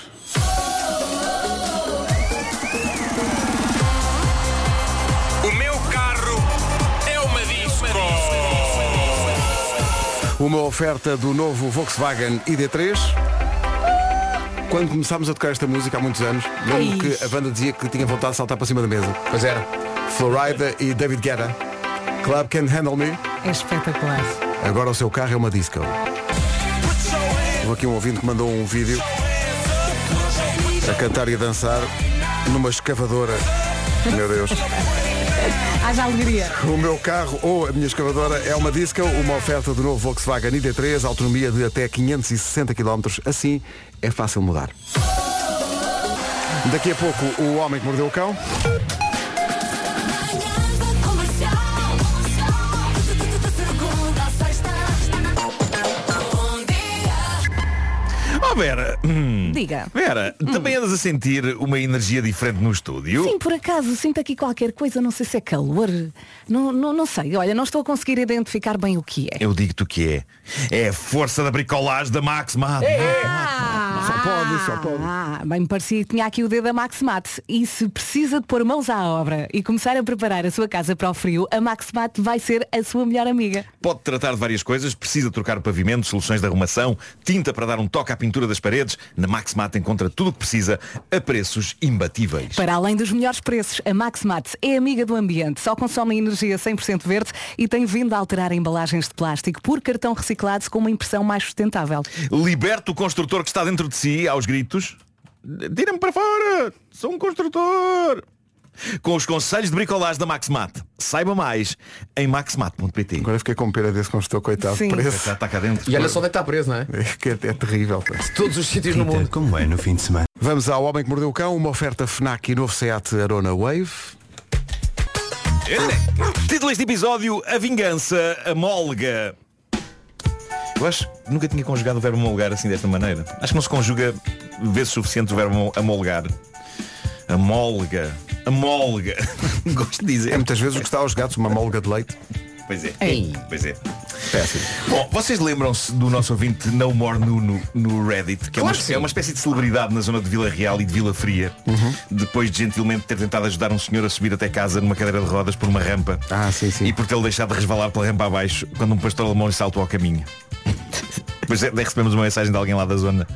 I: O meu carro é uma disco.
A: Uma oferta do novo Volkswagen ID3. Quando começámos a tocar esta música há muitos anos, lembro
D: Ei.
A: que a banda dizia que tinha vontade de saltar para cima da mesa.
E: Pois era.
A: Florida e David Guetta. Club Can Handle Me.
D: É espetacular.
A: Agora o seu carro é uma disco. Houve aqui um ouvinte que mandou um vídeo a cantar e a dançar numa escavadora. Meu Deus.
D: Haja alegria.
A: O meu carro ou a minha escavadora é uma disco, uma oferta do novo Volkswagen ID3, autonomia de até 560 km. Assim é fácil mudar. Daqui a pouco, o homem que mordeu o cão.
J: Segunda, sexta, bom dia.
A: Oh, Vera,
J: Vera, hum,
D: Diga.
J: Vera, também andas a sentir uma energia diferente no estúdio?
D: Sim, por acaso, sinto aqui qualquer coisa, não sei se é calor, não, não, não sei, olha, não estou a conseguir identificar bem o que é.
J: Eu digo-te o que é. É a força da bricolagem da Max Mad.
A: Só pode, só pode.
D: É! Ah, bem me parecia que tinha aqui o dedo a Max Mat. E se precisa de pôr mãos à obra e começar a preparar a sua casa para o frio, a Max Mat vai ser a sua melhor amiga.
J: Pode tratar de várias coisas, precisa trocar o pavimento, soluções de arrumação, tinta para dar um toque à pintura das paredes. Na Max Mat encontra tudo o que precisa a preços imbatíveis.
D: Para além dos melhores preços, a MaxMat é amiga do ambiente, só consome energia 100% verde e tem vindo a alterar embalagens de plástico por cartão reciclado com uma impressão mais sustentável.
J: Liberta o construtor que está dentro de si aos gritos. Tira-me para fora! Sou um construtor! Com os conselhos de bricolagem da Maxmat. Saiba mais em maxmat.pt.
A: Agora fiquei com pena desse construtor, coitado,
D: Sim.
A: preso.
J: Está, está cá dentro.
E: E olha só onde é que está preso, não é?
A: É que é- é terrível. pá.
E: Todos os sítios no mundo.
B: Como é no fim de semana?
A: Vamos ao Homem que Mordeu o Cão, uma oferta FNAC e novo Seat Arona Wave.
J: Título deste episódio, A Vingança, a Molga. Eu acho que nunca tinha conjugado o verbo molgar assim desta maneira. Acho que não se conjuga vezes suficiente o verbo amolgar. Amolga. Amolga. Gosto de
A: É
J: dizer.
A: muitas vezes o que está aos gatos, uma molga de leite.
J: Pois é.
D: Ei.
J: Pois é. Bom, vocês lembram-se do nosso ouvinte No More Nuno no Reddit, que é, uma,
E: Claro que sim.
J: é uma espécie de celebridade na zona de Vila Real e de Vila Fria,
A: Uhum.
J: depois de gentilmente ter tentado ajudar um senhor a subir até casa numa cadeira de rodas por uma rampa.
A: Ah, sim, sim.
J: E por tê-lo deixado de resvalar pela rampa abaixo quando um pastor alemão lhe saltou ao caminho. Depois é- recebemos uma mensagem de alguém lá da zona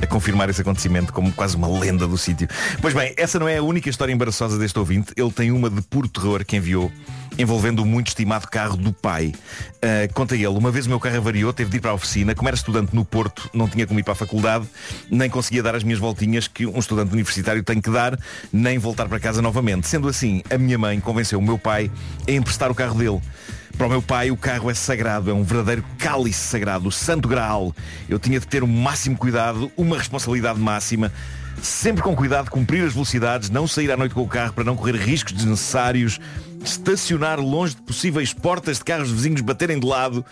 J: a confirmar esse acontecimento como quase uma lenda do sítio. Pois bem, essa não é a única história embaraçosa deste ouvinte. Ele tem uma de puro terror que enviou, envolvendo o muito estimado carro do pai. Ah, conta ele, uma vez o meu carro avariou, teve de ir para a oficina. Como era estudante no Porto, não tinha como ir para a faculdade, nem conseguia dar as minhas voltinhas que um estudante universitário tem que dar, nem voltar para casa novamente. Sendo assim, a minha mãe convenceu o meu pai a emprestar o carro dele. Para o meu pai, o carro é sagrado, é um verdadeiro cálice sagrado, o santo graal. Eu tinha de ter o máximo cuidado, uma responsabilidade máxima, sempre com cuidado, cumprir as velocidades, não sair à noite com o carro para não correr riscos desnecessários, estacionar longe de possíveis portas de carros vizinhos baterem de lado.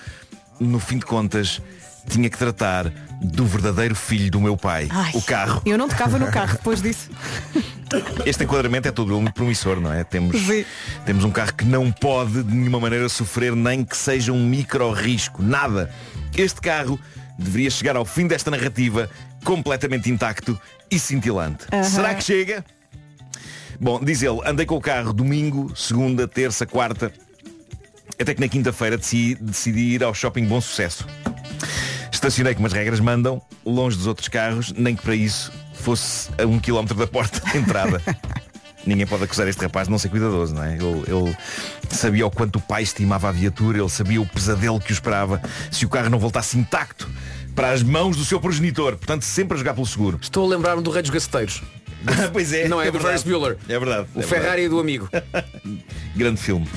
J: No fim de contas, tinha que tratar do verdadeiro filho do meu pai,
D: Ai,
J: o carro.
D: Eu não tocava no carro depois disso.
J: Este enquadramento é todo ele muito promissor, não é? Temos,
D: Sim.
J: temos um carro que não pode de nenhuma maneira sofrer nem que seja um micro risco. Nada. Este carro deveria chegar ao fim desta narrativa completamente intacto e cintilante. Será que chega? Bom, diz ele, andei com o carro domingo, segunda, terça, quarta, até que na quinta-feira decidi, decidi ir ao shopping Bom Sucesso. Estacionei como as regras mandam, longe dos outros carros, nem que para isso fosse a um quilómetro da porta de entrada. Ninguém pode acusar este rapaz de não ser cuidadoso, não é? Ele, ele sabia o quanto o pai estimava a viatura, ele sabia o pesadelo que o esperava se o carro não voltasse intacto para as mãos do seu progenitor. Portanto, sempre a jogar pelo seguro.
E: Estou a lembrar-me do Rei dos Gaceteiros.
J: pois é,
E: Não é,
J: é
E: do Ferris
J: verdade.
E: Bueller.
J: É verdade.
E: O
J: é verdade.
E: Ferrari do amigo.
J: Grande filme.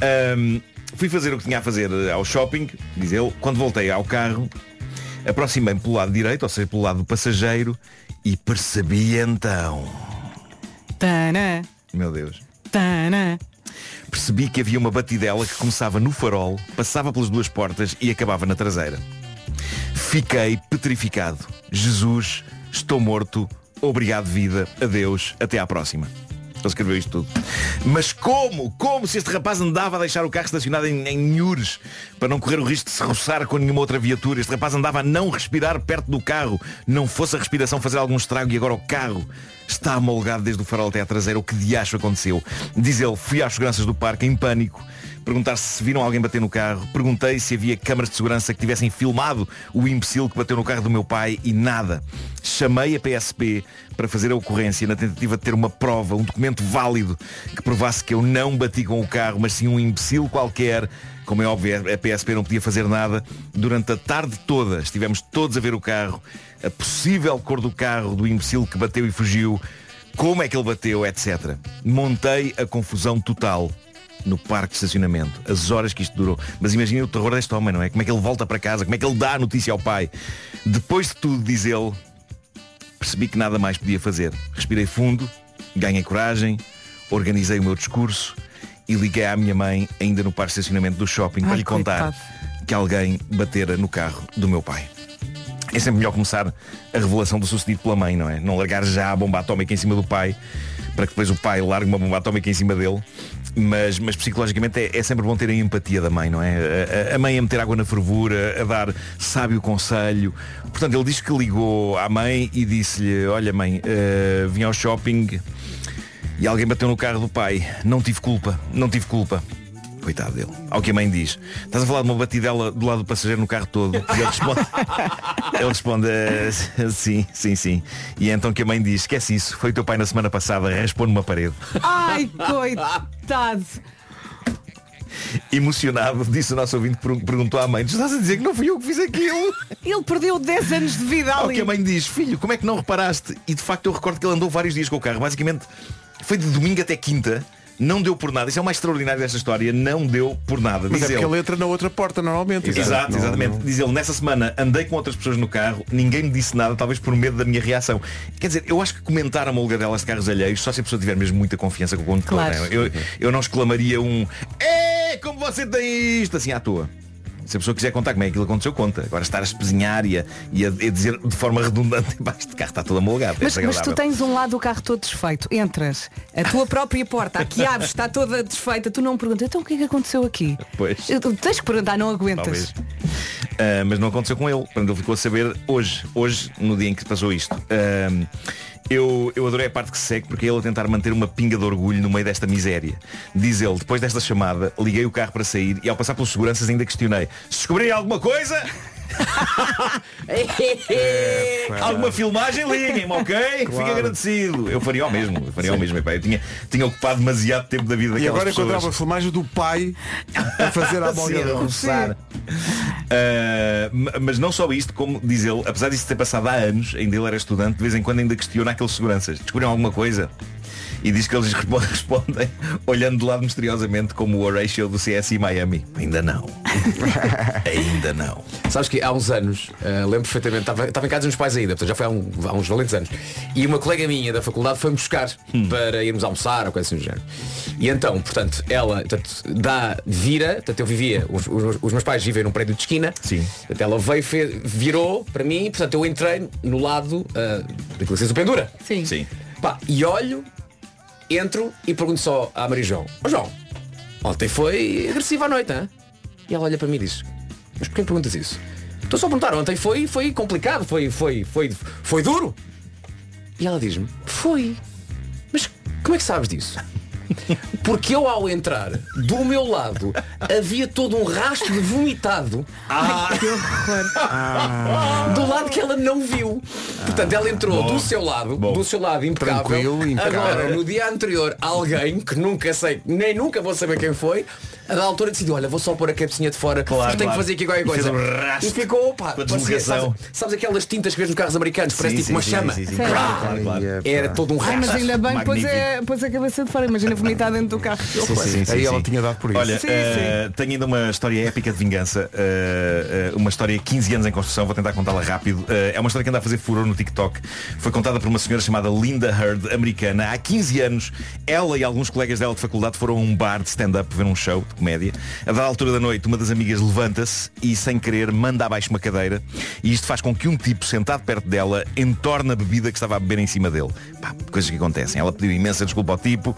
J: Ahm, fui fazer o que tinha a fazer eh, ao shopping, diz ele. Quando voltei ao carro, aproximei-me pelo lado direito, ou seja, pelo lado do passageiro, e percebi então.
D: Tana,
J: Meu Deus.
D: tana.
J: Percebi que havia uma batidela que começava no farol, passava pelas duas portas e acabava na traseira. Fiquei petrificado. Jesus, estou morto. Obrigado, vida. Adeus. Até à próxima. Ele escreveu isto tudo. Mas como? Como se este rapaz andava a deixar o carro estacionado em, em Nhures para não correr o risco de se roçar com nenhuma outra viatura? Este rapaz andava a não respirar perto do carro. Não fosse a respiração fazer algum estrago e agora o carro está amolgado desde o farol até à traseira. O que de acho aconteceu? Diz ele, fui às seguranças do parque em pânico perguntar se viram alguém bater no carro, perguntei se havia câmaras de segurança que tivessem filmado o imbecil que bateu no carro do meu pai e nada. Chamei a PSP para fazer a ocorrência na tentativa de ter uma prova, um documento válido que provasse que eu não bati com o carro, mas sim um imbecil qualquer. Como é óbvio, a PSP não podia fazer nada. Durante a tarde toda estivemos todos a ver o carro, a possível cor do carro do imbecil que bateu e fugiu, como é que ele bateu, etc. Montei a confusão total no parque de estacionamento, as horas que isto durou. Mas imaginem o terror deste homem, não é? Como é que ele volta para casa, como é que ele dá a notícia ao pai. Depois de tudo, diz ele, percebi que nada mais podia fazer. Respirei fundo, ganhei coragem, organizei o meu discurso e liguei à minha mãe, ainda no parque de estacionamento do shopping, para lhe contar
D: coitado.
J: que alguém batera no carro do meu pai. É sempre melhor começar a revelação do sucedido pela mãe, não é? Não largar já a bomba atómica em cima do pai, para que depois o pai largue uma bomba atómica em cima dele. Mas, mas psicologicamente é, é sempre bom ter a empatia da mãe, não é? A, a- a mãe a meter água na fervura, a dar sábio conselho. Portanto, ele diz que ligou à mãe e disse-lhe, olha mãe, eh, vim ao shopping e alguém bateu no carro do pai. Não tive culpa, não tive culpa. Coitado dele. Ao que a mãe diz, estás a falar de uma batidela do lado do passageiro no carro todo. E ele responde, ele responde "Ah, sim, sim, sim. E é então que a mãe diz, esquece isso, foi o teu pai na semana passada, responde uma parede.
D: Ai, coitado.
J: Emocionado, disse o nosso ouvinte, per- perguntou à mãe, "Tu estás a dizer que não fui eu que fiz aquilo?
D: Ele perdeu 10 anos de vida
J: Ao
D: ali.
J: que a mãe diz, filho, como é que não reparaste? E de facto eu recordo que ele andou vários dias com o carro. Basicamente, foi de domingo até quinta. Não deu por nada. Isso é o mais extraordinário desta história. Não deu por nada.
A: Mas
J: Diz
A: é porque
J: ele.
A: ele entra na outra porta normalmente.
J: Exato,
A: Não,
J: exatamente.
A: não.
J: Diz ele, nessa semana andei com outras pessoas no carro, ninguém me disse nada, talvez por medo da minha reação. Quer dizer, eu acho que comentar uma delas de carros alheios, só se a pessoa tiver mesmo muita confiança com o condutor.
D: Claro.
J: não é? eu, eu não exclamaria um É como você tem isto assim à toa. Se a pessoa quiser contar como é que aquilo aconteceu, conta. Agora estar a espezinhar e a, e a- e a dizer de forma redundante, "Pá, este carro está todo amolgado. é
D: Mas, mas tu
J: desagradável."
D: tens um lado do carro todo desfeito. Entras, a tua própria porta, aqui abres, está toda desfeita. Tu não perguntas, então o que é que aconteceu aqui?
J: Pois.
D: Eu- Tens que perguntar, não aguentas.
J: Talvez. Ah, mas não aconteceu com ele. Portanto, ele ficou a saber hoje, hoje, no dia em que se passou isto. Ahm, eu, eu adorei a parte que se segue porque é ele a tentar manter uma pinga de orgulho no meio desta miséria. Diz ele, depois desta chamada, liguei o carro para sair e ao passar pelos seguranças ainda questionei. Se descobrirem alguma coisa,
A: É,
J: Ah, alguma filmagem, liguem-me, ok? Fico agradecido. Eu faria o mesmo, eu faria o mesmo. Epá, eu tinha, tinha ocupado demasiado tempo da vida
A: E
J: daquelas
A: agora
J: pessoas.
A: encontrava a filmagem do pai a fazer a
J: Sim, a
A: amalgama.
J: roçar. Ah, ma- mas não só isto, como diz ele, apesar disso ter passado há anos, ainda ele era estudante, de vez em quando ainda questiona aqueles seguranças. Descobriram alguma coisa? E diz que eles respo- respondem olhando de lado misteriosamente como o Horatio do CSI Miami. Ainda não. ainda não.
E: Sabes que há uns anos, ah, lembro perfeitamente, estava, estava em casa dos meus pais ainda, portanto já foi há, um- há uns valentes anos. E uma colega minha da faculdade foi-me buscar para irmos almoçar ou coisa assim do género. E então, portanto, ela portanto, dá, vira, portanto eu vivia, os, os meus- os meus pais vivem num prédio de esquina,
J: Sim.
E: portanto ela veio, fe- virou para mim, e, portanto eu entrei no lado ah, daquilo que se diz o pendura.
D: Sim.
J: Sim.
E: Pá, e olho, entro e pergunto só à Maria João, ó João, ontem foi agressiva à noite, hein? E ela olha para mim e diz, mas porquê que perguntas isso? Estou só a perguntar, ontem foi, foi complicado, foi, foi, foi, foi duro. E ela diz-me, foi. Mas como é que sabes disso? Porque eu ao entrar, do meu lado, havia todo um rastro de vomitado
J: Ah.
E: do lado que ela não viu. Portanto, ela entrou do seu lado,
J: Ah. Bom.
E: do seu lado impecável.
A: Tranquilo, impecável.
E: Agora, no dia anterior, alguém que nunca sei, nem nunca vou saber quem foi, a da altura decidiu, olha, vou só pôr a cabecinha de fora,
J: Claro,
E: tenho
J: claro.
E: que fazer aqui qualquer
J: E fez
E: coisa.
J: um rastro
E: e ficou, pá,
J: com a
E: parecia,
J: deslocação.
E: sabes, sabes aquelas tintas que vês nos carros americanos, parece
J: Sim,
E: tipo
J: sim,
E: uma
J: sim,
E: chama.
J: sim,
D: Sim.
J: sim. Claro, claro, claro.
E: Era todo um
D: Ai,
E: rastro.
D: mas ainda é bem, pôs a,
J: Magnífico.
D: pôs a cabeça de fora. Imagina vomitar dentro do carro. Que horror.
A: Aí ela tinha dado por isso.
J: Olha,
D: Sim,
J: eh, tenho ainda uma história épica de vingança. eh, eh, uma história 15 anos em construção, vou tentar contá-la rápido. Eh, é uma história que anda a fazer furor no TikTok. Foi contada por uma senhora chamada Linda Heard, americana. Há 15 anos, ela e alguns colegas dela de faculdade foram a um bar de stand-up ver um show de comédia. A dada altura da noite, uma das amigas levanta-se e, sem querer, manda abaixo uma cadeira. E isto faz com que um tipo sentado perto dela entorna a bebida que estava a beber em cima dele. Pá, coisas que acontecem. Ela pediu imensa desculpa ao tipo.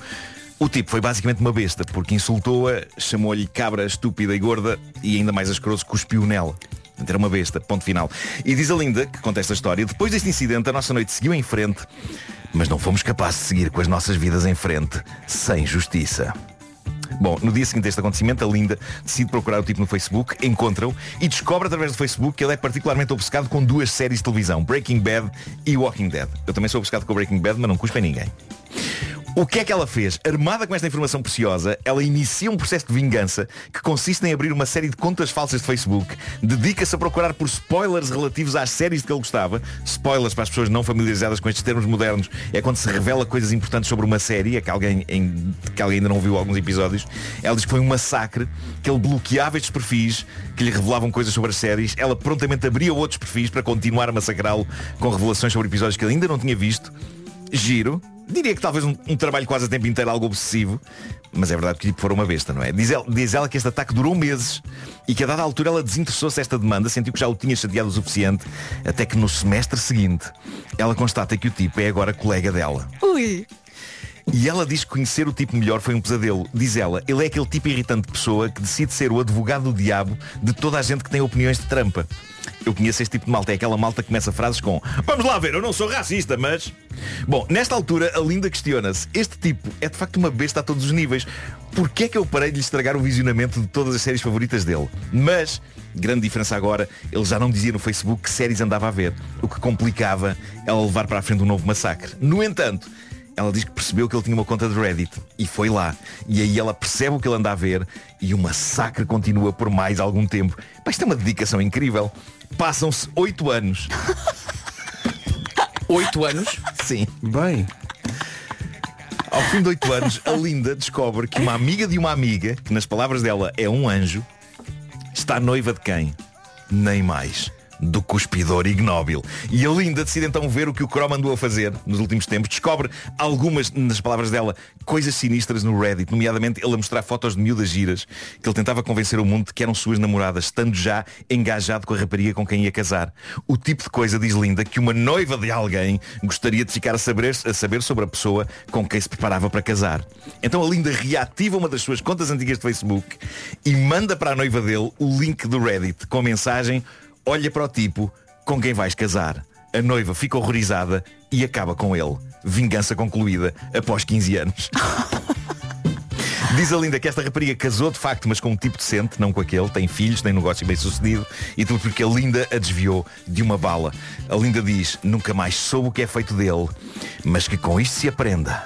J: O tipo foi basicamente uma besta, porque insultou-a, chamou-lhe cabra estúpida e gorda e ainda mais asqueroso cuspiu nela. Portanto, Era uma besta, ponto final. E diz a Linda, que conta esta história, depois deste incidente a nossa noite seguiu em frente, mas não fomos capazes de seguir com as nossas vidas em frente, sem justiça. Bom, no dia seguinte a este acontecimento, a Linda decide procurar o tipo no Facebook, encontra-o e descobre através do Facebook que ele é particularmente obcecado com duas séries de televisão, Breaking Bad e Walking Dead. Eu também sou obcecado com Breaking Bad, mas não cuspo em ninguém. O que é que ela fez? Armada com esta informação preciosa, ela inicia um processo de vingança que consiste em abrir uma série de contas falsas de Facebook, dedica-se a procurar por spoilers relativos às séries de que ele gostava. Spoilers para as pessoas não familiarizadas com estes termos modernos é quando se revela coisas importantes sobre uma série, é que alguém, em- que alguém ainda não viu alguns episódios. Ela diz que foi um massacre, que ele bloqueava estes perfis, que lhe revelavam coisas sobre as séries. Ela prontamente abria outros perfis para continuar a massacrá-lo com revelações sobre episódios que ele ainda não tinha visto. Giro, Diria que talvez um, um trabalho quase a tempo inteiro algo obsessivo, mas é verdade que lhe foram uma besta, não é? Diz ela, diz ela que este ataque durou meses e que a dada altura ela desinteressou-se desta demanda, sentiu que já o tinha chateado o suficiente, até que no semestre seguinte ela constata que o tipo é agora colega dela.
D: Ui.
J: E ela diz que conhecer o tipo melhor foi um pesadelo. Diz ela, ele é aquele tipo irritante de pessoa que decide ser o advogado do diabo de toda a gente que tem opiniões de trampa. Eu conheço este tipo de malta, é aquela malta que começa frases com Vamos lá ver, eu não sou racista, mas... Bom, nesta altura a Linda questiona-se Este tipo é de facto uma besta a todos os níveis Porquê é que eu parei de lhe estragar o visionamento de todas as séries favoritas dele? Mas, grande diferença agora, ele já não dizia no Facebook que séries andava a ver O que complicava ela levar para a frente um novo massacre No entanto, ela diz que percebeu que ele tinha uma conta de Reddit e foi lá. E aí ela percebe o que ele anda a ver e o massacre continua por mais algum tempo. Pá, isto é uma dedicação incrível. Passam-se oito anos.
E: Oito anos?
J: Sim.
A: Bem.
J: Ao fim de oito anos, a Linda descobre que uma amiga de uma amiga, que nas palavras dela é um anjo, está noiva de quem? Nem mais. Do cuspidor ignóbil. E a Linda decide então ver o que o Chrome andou a fazer nos últimos tempos. Descobre algumas, nas palavras dela, coisas sinistras no Reddit, nomeadamente ele a mostrar fotos de miúdas giras que ele tentava convencer o mundo de que eram suas namoradas, estando já engajado com a rapariga com quem ia casar. O tipo de coisa, diz Linda, que uma noiva de alguém gostaria de ficar a saber, a saber sobre a pessoa com quem se preparava para casar. Então a Linda reativa uma das suas contas antigas de Facebook e manda para a noiva dele o link do Reddit com a mensagem olha para o tipo com quem vais casar. A noiva fica horrorizada e acaba com ele. Vingança concluída após 15 anos. Diz a Linda que esta rapariga casou de facto, mas com um tipo decente, não com aquele, tem filhos, tem negócio bem sucedido, e tudo porque a Linda a desviou de uma bala. A Linda diz, nunca mais soube o que é feito dele, mas que com isto se aprenda,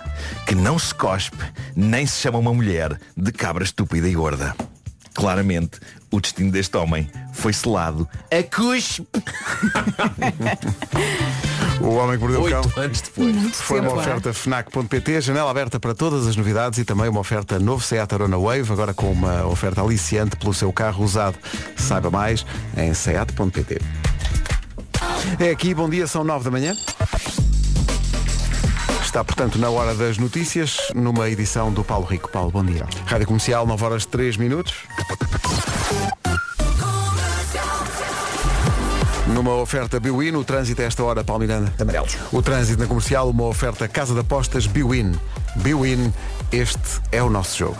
J: que não se cospe, nem se chama uma mulher de cabra estúpida e gorda. Claramente, o destino deste homem foi selado a cuspe.
A: O homem que mordeu o cão.
E: Oito anos depois.
A: Foi uma
D: Sempre,
A: oferta FNAC.pt, janela aberta para todas as novidades e também uma oferta novo Seat Arona Wave, agora com uma oferta aliciante pelo seu carro usado. Saiba mais em seat.pt. É aqui, bom dia, são 9 da manhã. Está, portanto, na hora das notícias, numa edição do Paulo Rico. Paulo, bom dia. Rádio Comercial, 9 horas 3 minutos. Numa oferta Biwin, o trânsito a esta hora, Paulo Miranda.
C: Amarelos.
A: O trânsito na comercial, uma oferta Casa de Apostas Biwin. Biwin, este é o nosso jogo.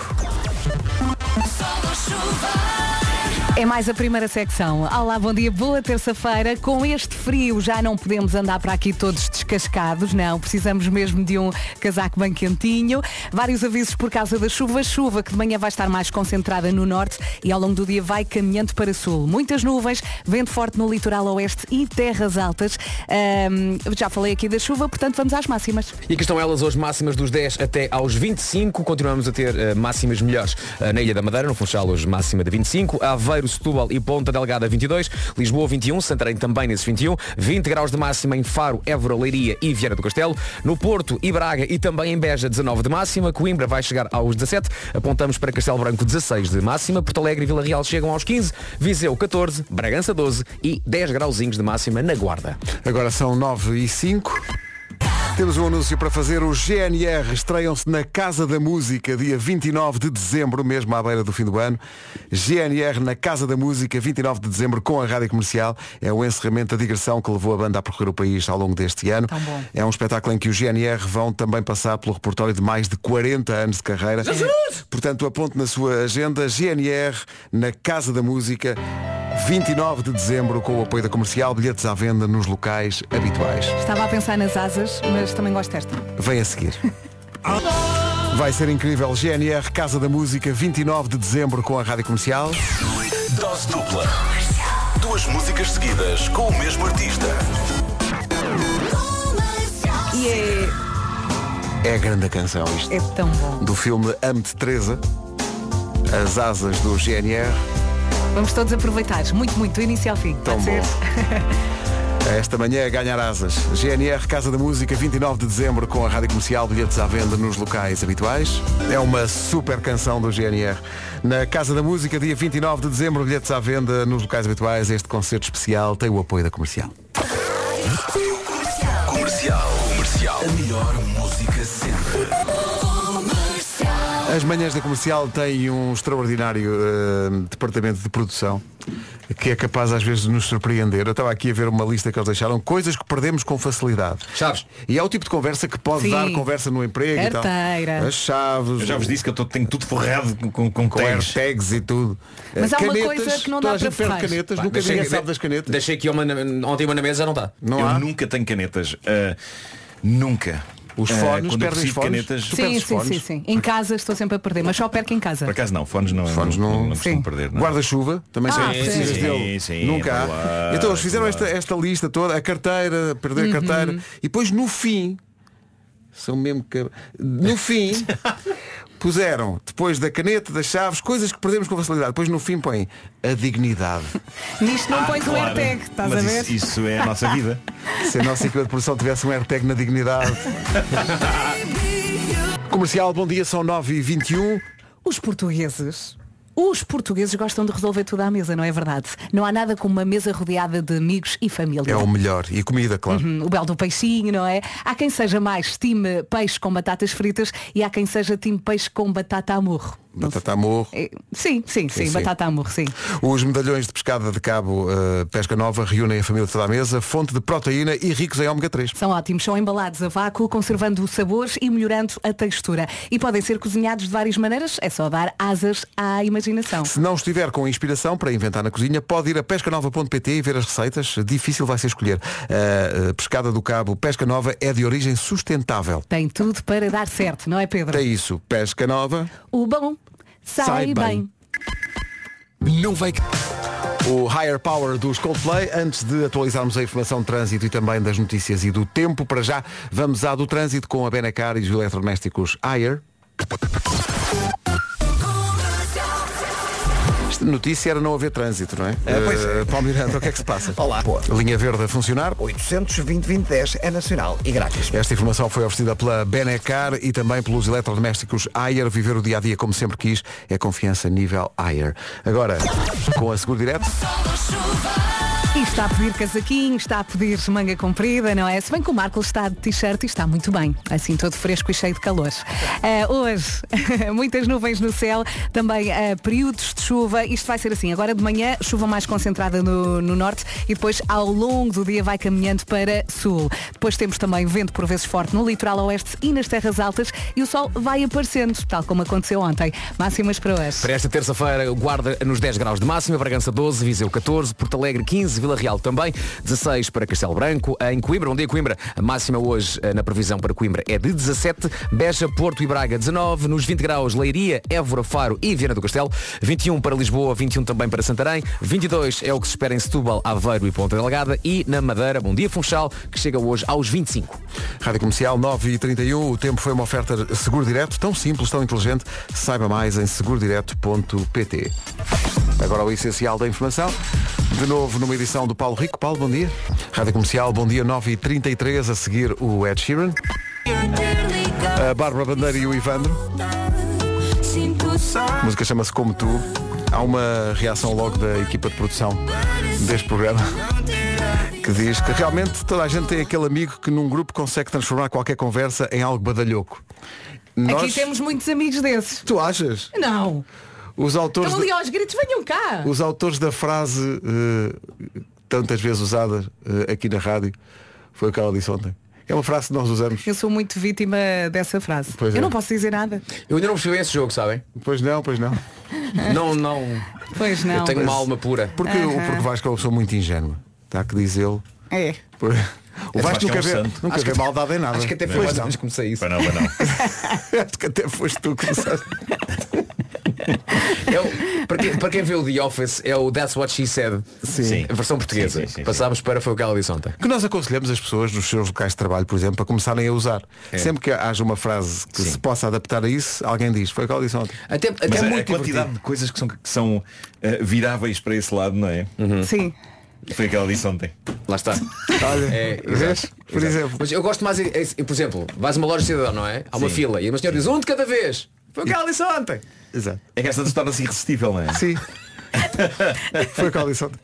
D: É mais a primeira secção. Olá, bom dia, boa terça-feira. Com este frio já não podemos andar para aqui todos descascados, não. Precisamos mesmo de um casaco bem quentinho. Vários avisos por causa da chuva. Chuva que de manhã vai estar mais concentrada no norte e ao longo do dia vai caminhando para sul. Muitas nuvens, vento forte no litoral oeste e terras altas. Ahm, já falei aqui da chuva, portanto vamos às máximas.
E: E aqui estão elas hoje máximas dos 10 até aos 25. Continuamos a ter eh, máximas melhores eh, na Ilha da Madeira, no Funchal hoje máxima de 25. Aveiro, Setúbal e Ponta Delgada 22. Lisboa 21, Santarém também nesse 21. 20 um. graus de máxima em Faro, Évora, Leiria e Vieira do Castelo. No Porto e Braga e também em Beja 19 de máxima. Coimbra vai chegar aos 17. Apontamos para Castelo Branco 16 de máxima. Porto Alegre e Vila Real chegam aos 15. Viseu 14, Bragança 12 e 10 grauzinhos de máxima na Guarda.
A: Agora são 9 e 5. Temos um anúncio para fazer. O GNR estreiam-se na Casa da Música, dia 29 de dezembro, mesmo à beira do fim do ano. GNR na Casa da Música, 29 de dezembro, com a Rádio Comercial. É o encerramento da digressão que levou a banda a percorrer o país ao longo deste ano.
D: Tão bom.
A: É um espetáculo em que o GNR vão também passar pelo repertório de mais de 40 anos de carreira. Portanto, aponte na sua agenda GNR na Casa da Música, 29 de dezembro, com o apoio da comercial, bilhetes à venda nos locais habituais.
D: Estava a pensar nas asas, mas também gosto desta.
A: Vem a seguir. Vai ser incrível. GNR Casa da Música, 29 de dezembro com a Rádio Comercial.
I: Dose dupla. Duas músicas seguidas com o mesmo artista.
D: E é,
A: É a grande canção isto.
D: é tão bom.
A: Do filme Ame-te Teresa, As Asas do GNR.
D: Vamos todos aproveitar. Muito, muito, do início ao fim.
A: Tão
D: Pode ser?
A: bom. Esta manhã é ganhar asas. GNR Casa da Música, 29 de dezembro com a Rádio Comercial, bilhetes à venda nos locais habituais. É uma super canção do GNR. Na Casa da Música, dia 29 de dezembro, bilhetes à venda nos locais habituais. Este concerto especial tem o apoio da comercial.
I: Comercial. Comercial. A melhor música sempre.
A: As manhãs da comercial têm um extraordinário eh, departamento de produção que é capaz às vezes de nos surpreender. Eu estava aqui a ver uma lista que eles deixaram, coisas que perdemos com facilidade.
E: Chaves.
A: E é o tipo de conversa que pode
D: Sim.
A: dar conversa no emprego e
D: Carteira.
A: tal. As chaves.
J: Eu já vos disse que eu tô- tenho tudo forrado com, com, com
A: com
J: tags.
A: airtags e tudo.
D: Mas
A: Eh,
D: há uma coisa que não
A: toda
D: dá
A: a gente perde
D: para ferrar.
A: canetas,
E: Pá,
A: nunca
E: deixei-
A: ninguém sabe das canetas.
E: Deixei aqui uma na- ontem uma na mesa, já não tá? está.
A: Não
J: eu
A: há.
J: nunca tenho canetas. Ah, nunca.
A: Os
J: Ah,
A: fones,
J: quando
A: perdem
J: eu
A: os
J: preciso de
A: fones.
J: canetas.
A: Tu
D: Sim,
A: perdes
D: sim, sim,
A: fones?
D: sim. Em casa estou sempre a perder, mas só perco em casa.
J: Por acaso não, fones não,
A: Fones
J: não,
A: não-
J: não costumo
D: sim.
J: perder. Não. é?
A: Guarda-chuva, também
D: Ah,
A: sempre precisas
J: sim.
A: dele.
J: Sim, é sim,
A: Nunca há.
J: verdade,
A: então eles fizeram esta,
J: verdade.
A: esta lista toda, a carteira,
J: Uhum.
A: perder a carteira, e depois no fim, são mesmo que. No fim, puseram, depois da caneta, das chaves, coisas que perdemos com facilidade. Depois no fim põem a dignidade.
D: Nisto não pões o
J: Ah, Claro.
D: AirTag, estás
J: Mas
D: a ver?
J: Isso, isso é a nossa vida.
A: Se a nossa equipa de produção tivesse um AirTag na dignidade. Comercial, bom dia, são 9h21.
D: Os portugueses. Os portugueses gostam de resolver tudo à mesa, não é verdade? Não há nada como uma mesa rodeada de amigos e família.
A: É o melhor. E comida, claro.
J: Uhum.
D: Hum, o belo do peixinho, não é? Há quem seja mais time peixe com batatas fritas e há quem seja time peixe com batata a morro. Não
A: Batata a morro.
D: sei. É, Sim, sim, sim,
A: sim.
D: batata a morro, sim.
A: Os medalhões de pescada de cabo eh, Pesca Nova reúnem a família toda à mesa, fonte de proteína e ricos em ômega 3.
D: São ótimos, são embalados a vácuo, conservando os sabores e melhorando a textura. E podem ser cozinhados de várias maneiras, é só dar asas à imaginação.
A: Se não estiver com inspiração para inventar na cozinha, pode ir a pescanova.pt e ver as receitas. Difícil vai ser escolher. A pescada do cabo Pesca Nova é de origem sustentável.
D: Tem tudo para dar certo, não é Pedro?
A: Tem isso, Pesca Nova.
D: O bom sai,
A: Sai bem.
D: bem.
A: Não vai. O Higher Power dos Coldplay, antes de atualizarmos a informação de trânsito e também das notícias e do tempo, para já vamos à do trânsito com a Benacar e os eletrodomésticos Higher. Esta notícia era não haver trânsito, não é?
C: pois é.
A: Eh, Paulo Miranda, o que é que se passa?
C: Olá. Boa.
A: Linha verde a funcionar.
C: 820-2010 é nacional e grátis.
A: Esta informação foi oferecida pela Benecar e também pelos eletrodomésticos Ayer. Viver o dia a dia como sempre quis é confiança nível Ayer. Agora, com a Seguro Direto.
D: E está a pedir casaquinho, está a pedir manga comprida, não é? Se bem que o Marco está de t-shirt e está muito bem, assim todo fresco e cheio de calor. Eh, hoje, muitas nuvens no céu, também eh, períodos de chuva. Isto vai ser assim, agora de manhã, chuva mais concentrada no, no norte e depois ao longo do dia vai caminhando para sul. Depois temos também vento por vezes forte no litoral oeste e nas terras altas e o sol vai aparecendo, tal como aconteceu ontem. Máximas para hoje.
E: Para esta terça-feira, o Guarda nos 10 graus de máxima, Bragança 12, Viseu 14, Porto Alegre 15, Vila Real também, 16 para Castelo Branco, em Coimbra, um dia Coimbra, a máxima hoje eh, na previsão para Coimbra é de 17, Beja, Porto e Braga 19, nos 20 graus Leiria, Évora, Faro e Viana do Castelo, 21 para Lisboa, 21 também para Santarém, 22 é o que se espera em Setúbal, Aveiro e Ponta Delgada e na Madeira, Bom Dia Funchal, que chega hoje aos 25.
A: Rádio Comercial 9 e 31 o tempo foi uma oferta Seguro Direto, tão simples, tão inteligente. Saiba mais em segurodireto.pt. Agora o essencial da informação. De novo numa edição do Paulo Rico. Paulo, bom dia. Rádio Comercial, bom dia 9 e 33 a seguir o Ed Sheeran, a Bárbara Bandeira e o Ivandro. A música chama-se Como Tu. Há uma reação logo da equipa de produção deste programa que diz que realmente toda a gente tem aquele amigo que num grupo consegue transformar qualquer conversa em algo badalhoco. Nós...
D: Aqui temos muitos amigos desses.
A: Tu achas?
D: Não.
A: Os autores,
D: Estão
A: de-
D: ali aos gritos, venham cá.
A: os autores da frase eh, tantas vezes usada eh, aqui na rádio foi o que ela disse ontem. É uma frase que nós usamos.
D: Eu sou muito vítima dessa frase.
A: Pois
D: eu
A: é.
D: não posso dizer nada.
E: Eu ainda não percebi esse jogo, sabem?
A: Pois não, pois não.
E: Não, não.
D: Pois não.
E: Eu tenho uma alma pura.
A: Porque, o porque o Vasco é uma pessoa muito ingênua. Está que diz ele.
D: É.
A: Por- O Vasco
J: Vasco é
A: nunca
J: um
A: vê,
J: santo.
A: nunca vê maldade em nada.
E: Acho que até foi
A: Pois
E: é mais
A: não.
E: antes que comecei isso.
J: Para não, para não.
A: Acho que até foste tu que começaste.
E: É o- para, quem, para quem vê o The Office é o That's What She Said
J: Sim.
E: A versão portuguesa
J: Sim, sim, sim,
E: Passámos para foi o que ela disse ontem
A: que nós aconselhamos as pessoas nos seus locais de trabalho, por exemplo, para começarem a usar. Sempre que haja uma frase que se possa adaptar a isso, alguém diz. Foi o que ela disse ontem.
E: Até, até
D: é
J: Mas a- a
E: muito
J: quantidade
E: divertido.
J: de coisas que são, que são eh, viráveis para esse lado, não é?
A: Hum.
D: Sim.
J: Foi o que ela disse ontem.
E: Lá está
A: Olha,
E: É,
A: vês?
E: exato,
A: Por
E: exato.
A: exemplo.
E: Mas eu gosto mais é- é- Por exemplo, vais a uma loja cidadão, não é? Há uma fila E uma senhora diz um de cada vez Foi o que ela disse ontem
A: Exato.
J: É que esta torna-se irresistível, não é?
A: Sim. Foi o que ela disse ontem.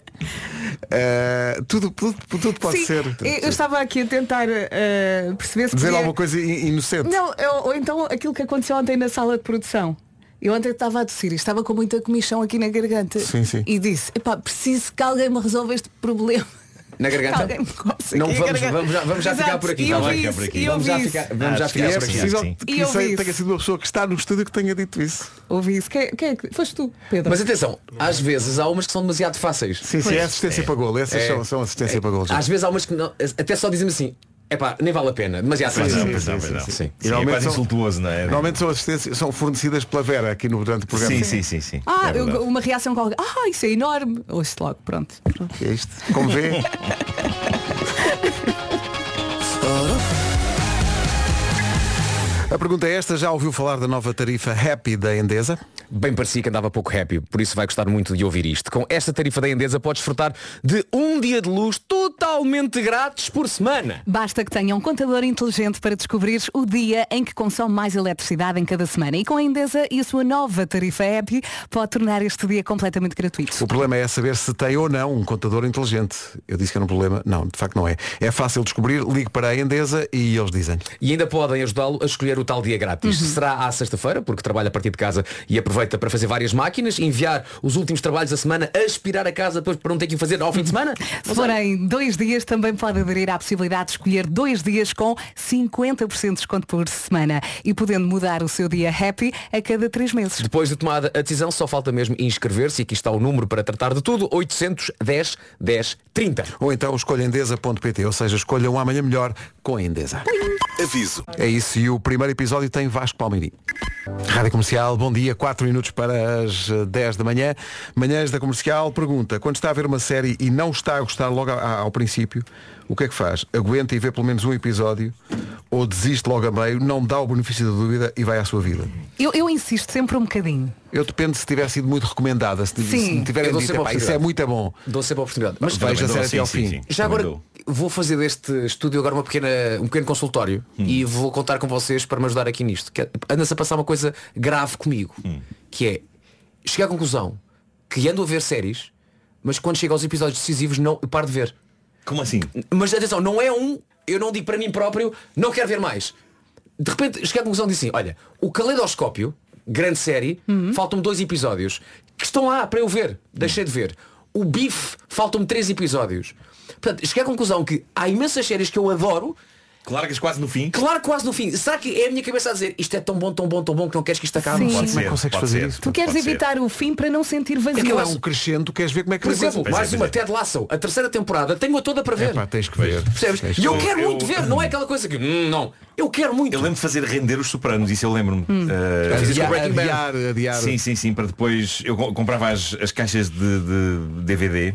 A: Uh, tudo, tudo, tudo pode
D: Sim,
A: ser.
D: eu- Eu estava aqui a tentar eh, perceber se
A: Dizer
D: podia-
A: alguma coisa i- inocente.
D: Não, eu- ou então aquilo que aconteceu ontem na sala de produção. Eu ontem estava a tossir e estava com muita comichão aqui na garganta.
A: Sim, sim.
D: E disse, epá, preciso que alguém me resolva este problema.
E: Na
D: Que
E: garganta.
D: alguém me coça
E: Então, Não
D: aqui a
E: vamos,
D: garganta.
E: vamos já, vamos já
D: Exato.
E: ficar por aqui.
D: E
E: tá
D: eu
E: bem?
D: vi
J: ficar
D: isso,
J: por aqui.
D: e eu
E: Vamos já
D: vi
E: ficar,
D: isso.
E: vamos já
J: Acho que
E: ficar
J: é
E: por aqui.
J: possível.
A: Possível
J: sim.
A: que
D: E eu
A: isso aí
D: vi
A: tenha
D: isso.
A: sido uma pessoa que está no estúdio que tenha dito isso.
D: Ouvi isso. Quem, quem é que... Foste tu, Pedro.
E: Mas atenção, às vezes há umas que são demasiado fáceis.
A: Sim, sim, é assistência para gol. Essas são, são assistência para gol.
E: Às vezes há umas que não, até só dizem assim, epá, nem vale a pena, demasiado
J: Pois não,
E: fácil.
J: pois não, pois não.
E: sim.
J: Sim,
A: E
J: É
A: normalmente
J: quase
A: são-
J: insultuoso, não é?
A: Normalmente são assistências, são fornecidas pela Vera aqui no, durante o programa.
J: Sim, sim, sim, sim.
D: Ah,
J: É
D: eu-
J: verdade.
D: uma reação com alguém. Ah, isso é enorme. Ouço logo, pronto.
A: É isto. Como vê? A pergunta é esta, já ouviu falar da nova tarifa Happy da Endesa?
E: Bem parecia que andava pouco happy, por isso vai gostar muito de ouvir isto. Com esta tarifa da Endesa podes desfrutar de um dia de luz totalmente grátis por semana.
D: Basta que tenha um contador inteligente para descobrir o dia em que consome mais eletricidade em cada semana. E com a Endesa e a sua nova tarifa Happy pode tornar este dia completamente gratuito.
A: O problema é saber se tem ou não um contador inteligente. Eu disse que era um problema. Não, de facto não é. É fácil descobrir, ligue para a Endesa e eles dizem.
E: E ainda podem ajudá-lo a escolher o tal dia grátis. Será à sexta-feira, porque trabalha a partir de casa e aproveita para fazer várias máquinas, enviar os últimos trabalhos da semana, aspirar a casa depois para não ter que o fazer ao fim de semana.
D: Se forem dois dias, também pode aderir à possibilidade de escolher dois dias com 50% de desconto por semana e podendo mudar o seu dia happy a cada três meses.
E: Depois de tomada a decisão, só falta mesmo inscrever-se. E aqui está o número para tratar de tudo. 810 10 30.
A: Ou então escolha endesa.pt, ou seja, escolha um amanhã melhor com a Endesa.
I: Aviso.
A: É isso, e o primeiro episódio tem Vasco Palmeirim. Rádio Comercial, bom dia, 4 minutos para as eh, 10 da manhã. Manhãs da Comercial pergunta, quando está a ver uma série e não está a gostar logo a- ao princípio, o que é que faz? Aguenta e vê pelo menos um episódio, ou desiste logo a meio, não dá o benefício da dúvida e vai à sua vida?
D: Eu, eu insisto sempre um bocadinho.
A: Eu dependo se tiver sido muito recomendada, se, se
D: Sim.
A: me tiverem
E: Eu dou
A: dito,
E: sempre a
A: "Epá, isso é
E: oportunidade."
A: muito bom.
E: Dou sempre a oportunidade. Mas
J: Também
A: Veja a
J: dou,
A: série
J: sim,
A: até ao
J: sim,
A: fim.
J: sim.
E: já
J: Também
E: agora
J: dou.
E: vou fazer deste estúdio agora uma pequena, um pequeno consultório
J: Hum.
E: e vou contar com vocês para me ajudar aqui nisto. Que é- Anda-se a passar uma coisa grave comigo,
J: Hum.
E: que é chegar à conclusão que ando a ver séries, mas quando chego aos episódios decisivos não eu paro de ver.
J: Como assim?
E: Mas atenção, não é um, eu não digo para mim próprio, não quero ver mais. De repente cheguei à conclusão de assim, olha, o Caleidoscópio, grande série, faltam-me dois episódios que estão lá para eu ver, deixei de ver. O Bife, faltam-me três episódios. Portanto, cheguei à conclusão que há imensas séries que eu adoro,
J: Claro que quase no fim.
E: claro quase no fim. Será que é a minha cabeça a dizer isto é tão bom, tão bom, tão bom que não queres que isto acabe?
D: Sim.
J: Pode
A: Como é que
J: ser,
A: consegues
J: pode
A: fazer
J: ser.
A: isso?
D: Tu queres
J: Pode ser.
D: evitar o fim para não sentir vazio.
A: Aquilo é um crescendo, queres ver como é que
E: Por
A: coisa-
E: exemplo,
J: Pois é,
E: mais
J: pois
E: uma
J: é.
E: Ted Lasso, a terceira temporada, tenho-a toda para ver.
A: Epá, tens que ver.
E: Percebes? E eu quero muito ver, não é aquela coisa que, "Hum, não, eu quero muito.
J: Eu lembro de fazer render os sopranos, isso eu lembro-me.
D: Hum.
J: Ah,
E: Fazes isso com o Breaking Bad.
A: Adiar, adiar.
J: Sim, sim, sim, para depois. Eu co- comprava as, as caixas de, de DVD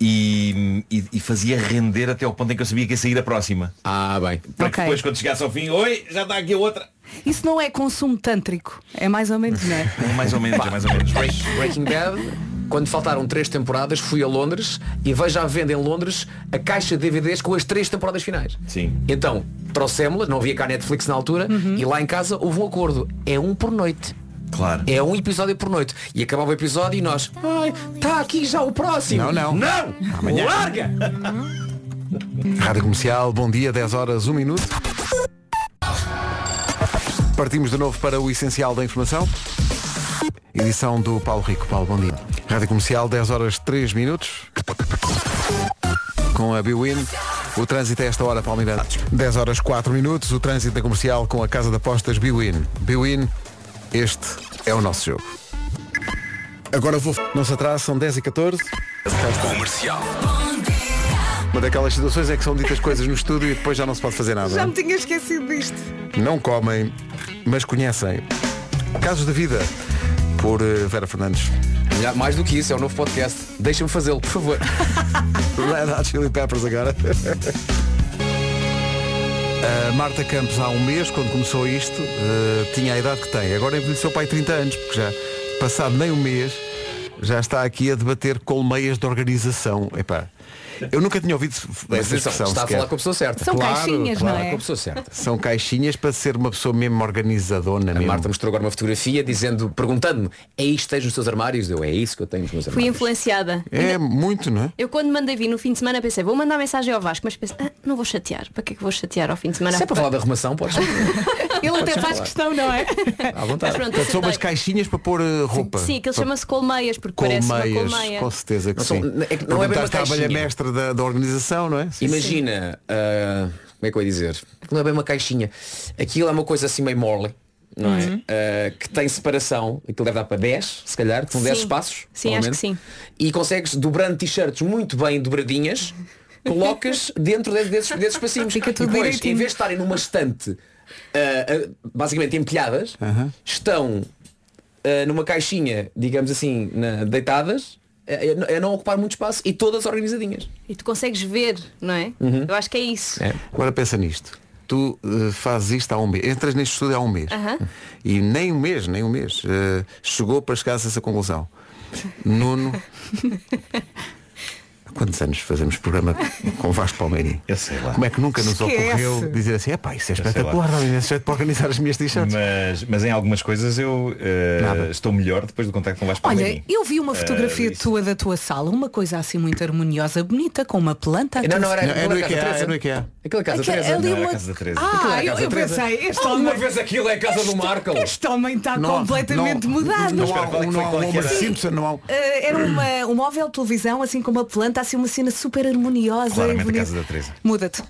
J: e, e- e fazia render até ao ponto em que eu sabia que ia sair a próxima.
E: Ah, bem.
J: Para que
D: Ok.
J: depois quando chegasse ao fim, oi, já está aqui a outra.
D: Isso não é consumo tântrico. É mais ou menos, não é?
J: É mais ou menos, é mais ou menos. Mas,
E: Breaking Bad, quando faltaram três temporadas, fui a Londres e vejo à venda em Londres a caixa de DVDs com as três temporadas finais.
J: Sim.
E: Então, trouxemos-la, não havia cá Netflix na altura,
D: Uhum.
E: e lá em casa houve um acordo. É um por noite.
J: claro.
E: É um episódio por noite. E acabava o episódio e nós, ai, está aqui já o próximo.
A: Não, não.
E: Não! Larga!
A: Rádio Comercial, bom dia, 10 horas, 1 minuto. Partimos de novo para o essencial da informação. Edição do Paulo Rico. Paulo, bom dia. Rádio Comercial, 10 horas, 3 minutos. Com a Biwin. O trânsito a esta hora, Paulo Miranda. 10 horas, 4 minutos. O trânsito da comercial com a Casa de Apostas Biwin. Biwin, este é o nosso jogo. Agora vou. Não se atrasa, são 10 e 14.
I: Comercial.
A: Uma daquelas situações é que são ditas coisas no estúdio e depois já não é? se pode fazer nada.
D: Já me tinha esquecido disto.
A: não comem, mas conhecem. Casos da Vida, por eh, Vera Fernandes.
E: Já, mais do que isso, é um novo podcast. Deixa-me fazê-lo, por favor.
A: Red Hot é Chili Peppers agora. A Marta Campos, há um mês, quando começou isto, eh, tinha a idade que tem. Agora envelheceu pai 30 anos, porque já passado nem um mês, já está aqui a debater colmeias de organização. Epá, Eu nunca tinha ouvido
E: Mas
A: essa
E: atenção,
A: expressão.
E: está a
A: sequer.
E: falar com a pessoa certa.
D: São caixinhas,
E: claro,
D: não é?
E: com a pessoa certa.
A: São caixinhas para ser uma pessoa mesmo organizadona
E: A
A: mesmo.
E: Marta mostrou agora uma fotografia dizendo, perguntando-me, é isto que tens nos teus armários? Eu, é isso que eu tenho nos meus
K: Fui
E: armários.
K: influenciada.
A: É muito, não é?
K: Eu quando mandei vir no fim de semana pensei, vou mandar mensagem ao Vasco, mas pensei, ah, não vou chatear. Para que é que vou chatear ao fim de semana?
E: Se é para falar da arrumação, podes
D: Ele até
E: Podes
D: faz
E: falar.
D: questão, não é?
E: à vontade.
K: Mas pronto,
A: Portanto, são
K: acertei.
A: umas caixinhas para pôr eh, roupa.
K: Sim, aquilo
A: Para-
K: chama-se colmeias, porque parece uma
A: Colmeias,
K: colmeia.
A: com certeza que
E: Não
A: sim.
E: são- é que não é bem uma
A: Perguntaste à abelha
E: caixinha.
A: mestra da, da organização, não é? Sim.
E: Imagina, ah, como é que eu ia dizer? Aquilo não é bem uma caixinha. Aquilo é uma coisa assim meio mole, não é? Ah, que tem separação, aquilo deve dar para 10, se calhar, que são 10
K: Sim.
E: espaços.
K: Sim, acho que
E: provavelmente.
K: sim.
E: E consegues, dobrando t-shirts muito bem dobradinhas, colocas dentro de- desses, desses espacinhos.
D: Fica tudo
E: e depois,
D: direitinho.
E: em vez de estarem numa estante, ah, ah, basicamente empilhadas, estão ah, numa caixinha, digamos assim, na- deitadas, a, a- a não ocupar muito espaço e todas organizadinhas.
K: E tu consegues ver, não é? Eu acho que é isso.
A: Agora pensa nisto. Tu eh, fazes isto há um mês. Entras neste estúdio há um mês. E nem um mês, nem um mês. eh, chegou para chegar a essa conclusão. Nuno. Há quantos anos fazemos programa com Vasco Palmeirinho?
J: Eu sei lá.
A: Como é que nunca nos
D: Esquece.
A: ocorreu dizer assim, epá, isso é
J: sei lá.
A: espetacular, dá imenso jeito para organizar as minhas t-shirts.
J: Mas, mas em algumas coisas eu eh,
A: Nada.
J: estou melhor depois do contacto com o Vasco
D: Olha,
J: Palmeirim.
D: eu vi uma fotografia
J: isso.
D: tua da tua sala, uma coisa assim muito harmoniosa, bonita, com uma planta. à
E: Não,
D: tua-
E: não, era,
A: Não, é
E: não
A: no
E: era
A: IKEA,
E: casa
A: é no
E: Teresa.
A: IKEA.
E: Aquela casa
D: Aquela-
E: Teresa.
D: ali
J: Não, era
D: uma-
J: a casa da Teresa.
D: Ah,
E: Aquela
D: eu,
E: casa
D: eu
E: Teresa.
D: pensei, este
E: Alguma
D: homem,
E: vez aquilo é a casa do Marco.
D: este homem está
A: Não há-
D: completamente
A: não-
D: mudado.
A: Não
J: Espera,
A: há,
J: qual é
A: não
J: que foi?
A: há
J: Qual é
A: um
J: que
A: Homer
J: era?
A: Simpson, não há um-
D: Eh, era uma, um móvel de televisão, assim com uma planta, assim uma cena super harmoniosa.
J: Claramente
D: e
J: a
D: bonita.
J: casa da Teresa.
D: Muda-te.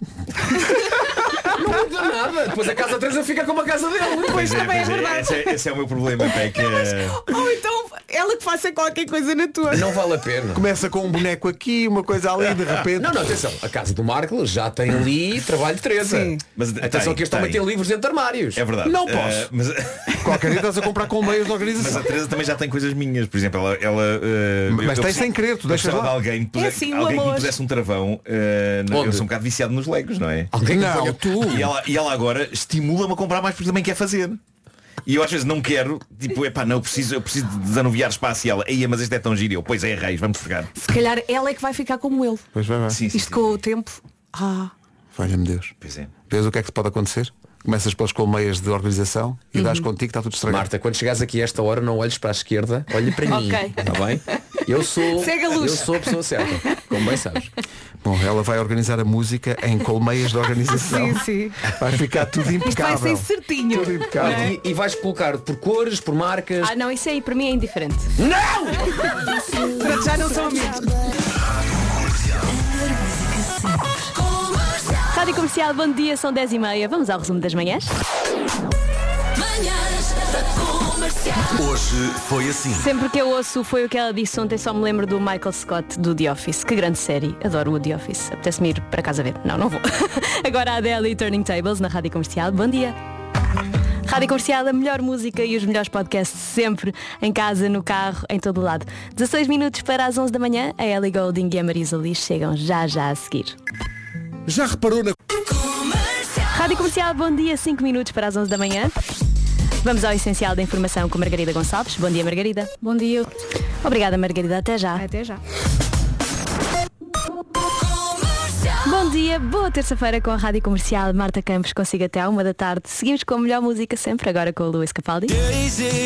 E: Não muda nada. Depois a casa Teresa fica como a casa dele.
J: Pois é,
D: também é
J: pois é,
D: verdade.
J: esse, é, esse é o meu problema, pá, é que, eh,
D: Ou então ela que faça qualquer coisa na tua.
E: Não vale a pena.
A: Começa com um boneco aqui, uma coisa ali, de repente.
E: Não, não, atenção. A casa do Marco já tem ali trabalho de Teresa.
D: Sim.
J: Mas
E: atenção
J: tem,
E: que este homem
J: tem.
E: tem livros dentro de armários.
J: É verdade.
E: Não
J: Eh,
E: posso.
J: mas,
A: Qualquer dia estás a comprar com meios de
J: mas a
A: organização.
J: Teresa também já tem coisas minhas. Por exemplo, ela. ela eh,
A: Mas
J: eu-
A: tens
J: eu
A: sem
J: preciso-
A: querer, tu
J: eu
A: deixas
J: precisava
A: lá.
J: de alguém, que me
D: É
J: pudesse-
D: assim, o
J: alguém que me
D: amor.
J: pudesse um travão. eh, no- eu
E: Onde?
J: sou um bocado viciado nos legos, não
A: Ah.
J: é?
E: Alguém que
A: Não,
E: ponha-
A: tu.
J: E ela, e ela agora estimula-me a comprar mais porque também quer fazer. E eu às vezes não quero, tipo, epá, não, eu preciso, eu preciso de desanuviar espaço e ela, eia, mas este é tão giro, E eu, pois é, reis, vamos pegar.
D: Se calhar ela é que vai ficar como ele.
A: Pois vai, vai.
J: Sim, sim,
D: Isto
J: sim.
D: com o tempo. Ah.
A: Valha-me Deus.
J: Pois é.
A: Vês o que é que te pode acontecer? Começas pelas colmeias de organização e dás
D: Uhum.
A: contigo, está tudo estragado.
E: Marta, quando chegares aqui a esta hora, não olhes para a esquerda, olhe para mim.
K: Ok.
E: Está bem? Eu sou,
D: Segue a luz.
E: eu sou a pessoa certa. Como bem sabes.
A: Bom, ela vai organizar a música em colmeias de organização.
D: Sim, sim.
A: Vai ficar tudo
D: Vai
A: impecável.
D: ser é? certinho.
A: Tudo impecável.
E: E, e vais colocar por cores, por marcas.
K: Ah não, isso aí para mim é indiferente.
D: Portanto, Já não são amigos.
K: Rádio Comercial, bom dia, são 10 e meia. Vamos ao resumo das manhãs.
I: Hoje foi assim.
K: Sempre que eu ouço foi o que ela disse ontem, só me lembro do Michael Scott do The Office. Que grande série. Adoro o The Office. Apetece-me ir para casa ver. Não, não vou. Agora a Adele e Turning Tables na Rádio Comercial. Bom dia. Rádio Comercial, a melhor música e os melhores podcasts sempre, em casa, no carro, em todo o lado. 16 minutos para as 11 da manhã, a Ellie Golding e a Marisa Liz chegam já já a seguir.
B: Já reparou na
K: Rádio Comercial, bom dia, 5 minutos para as 11 da manhã. Vamos ao essencial da informação com Margarida Gonçalves. Bom dia, Margarida.
L: Bom dia.
K: Obrigada, Margarida. Até já.
L: Até já.
K: Bom dia, boa terça-feira com a Rádio Comercial Marta Campos, consigo até à uma da tarde. Seguimos com a melhor música sempre, agora com o Luís Capaldi.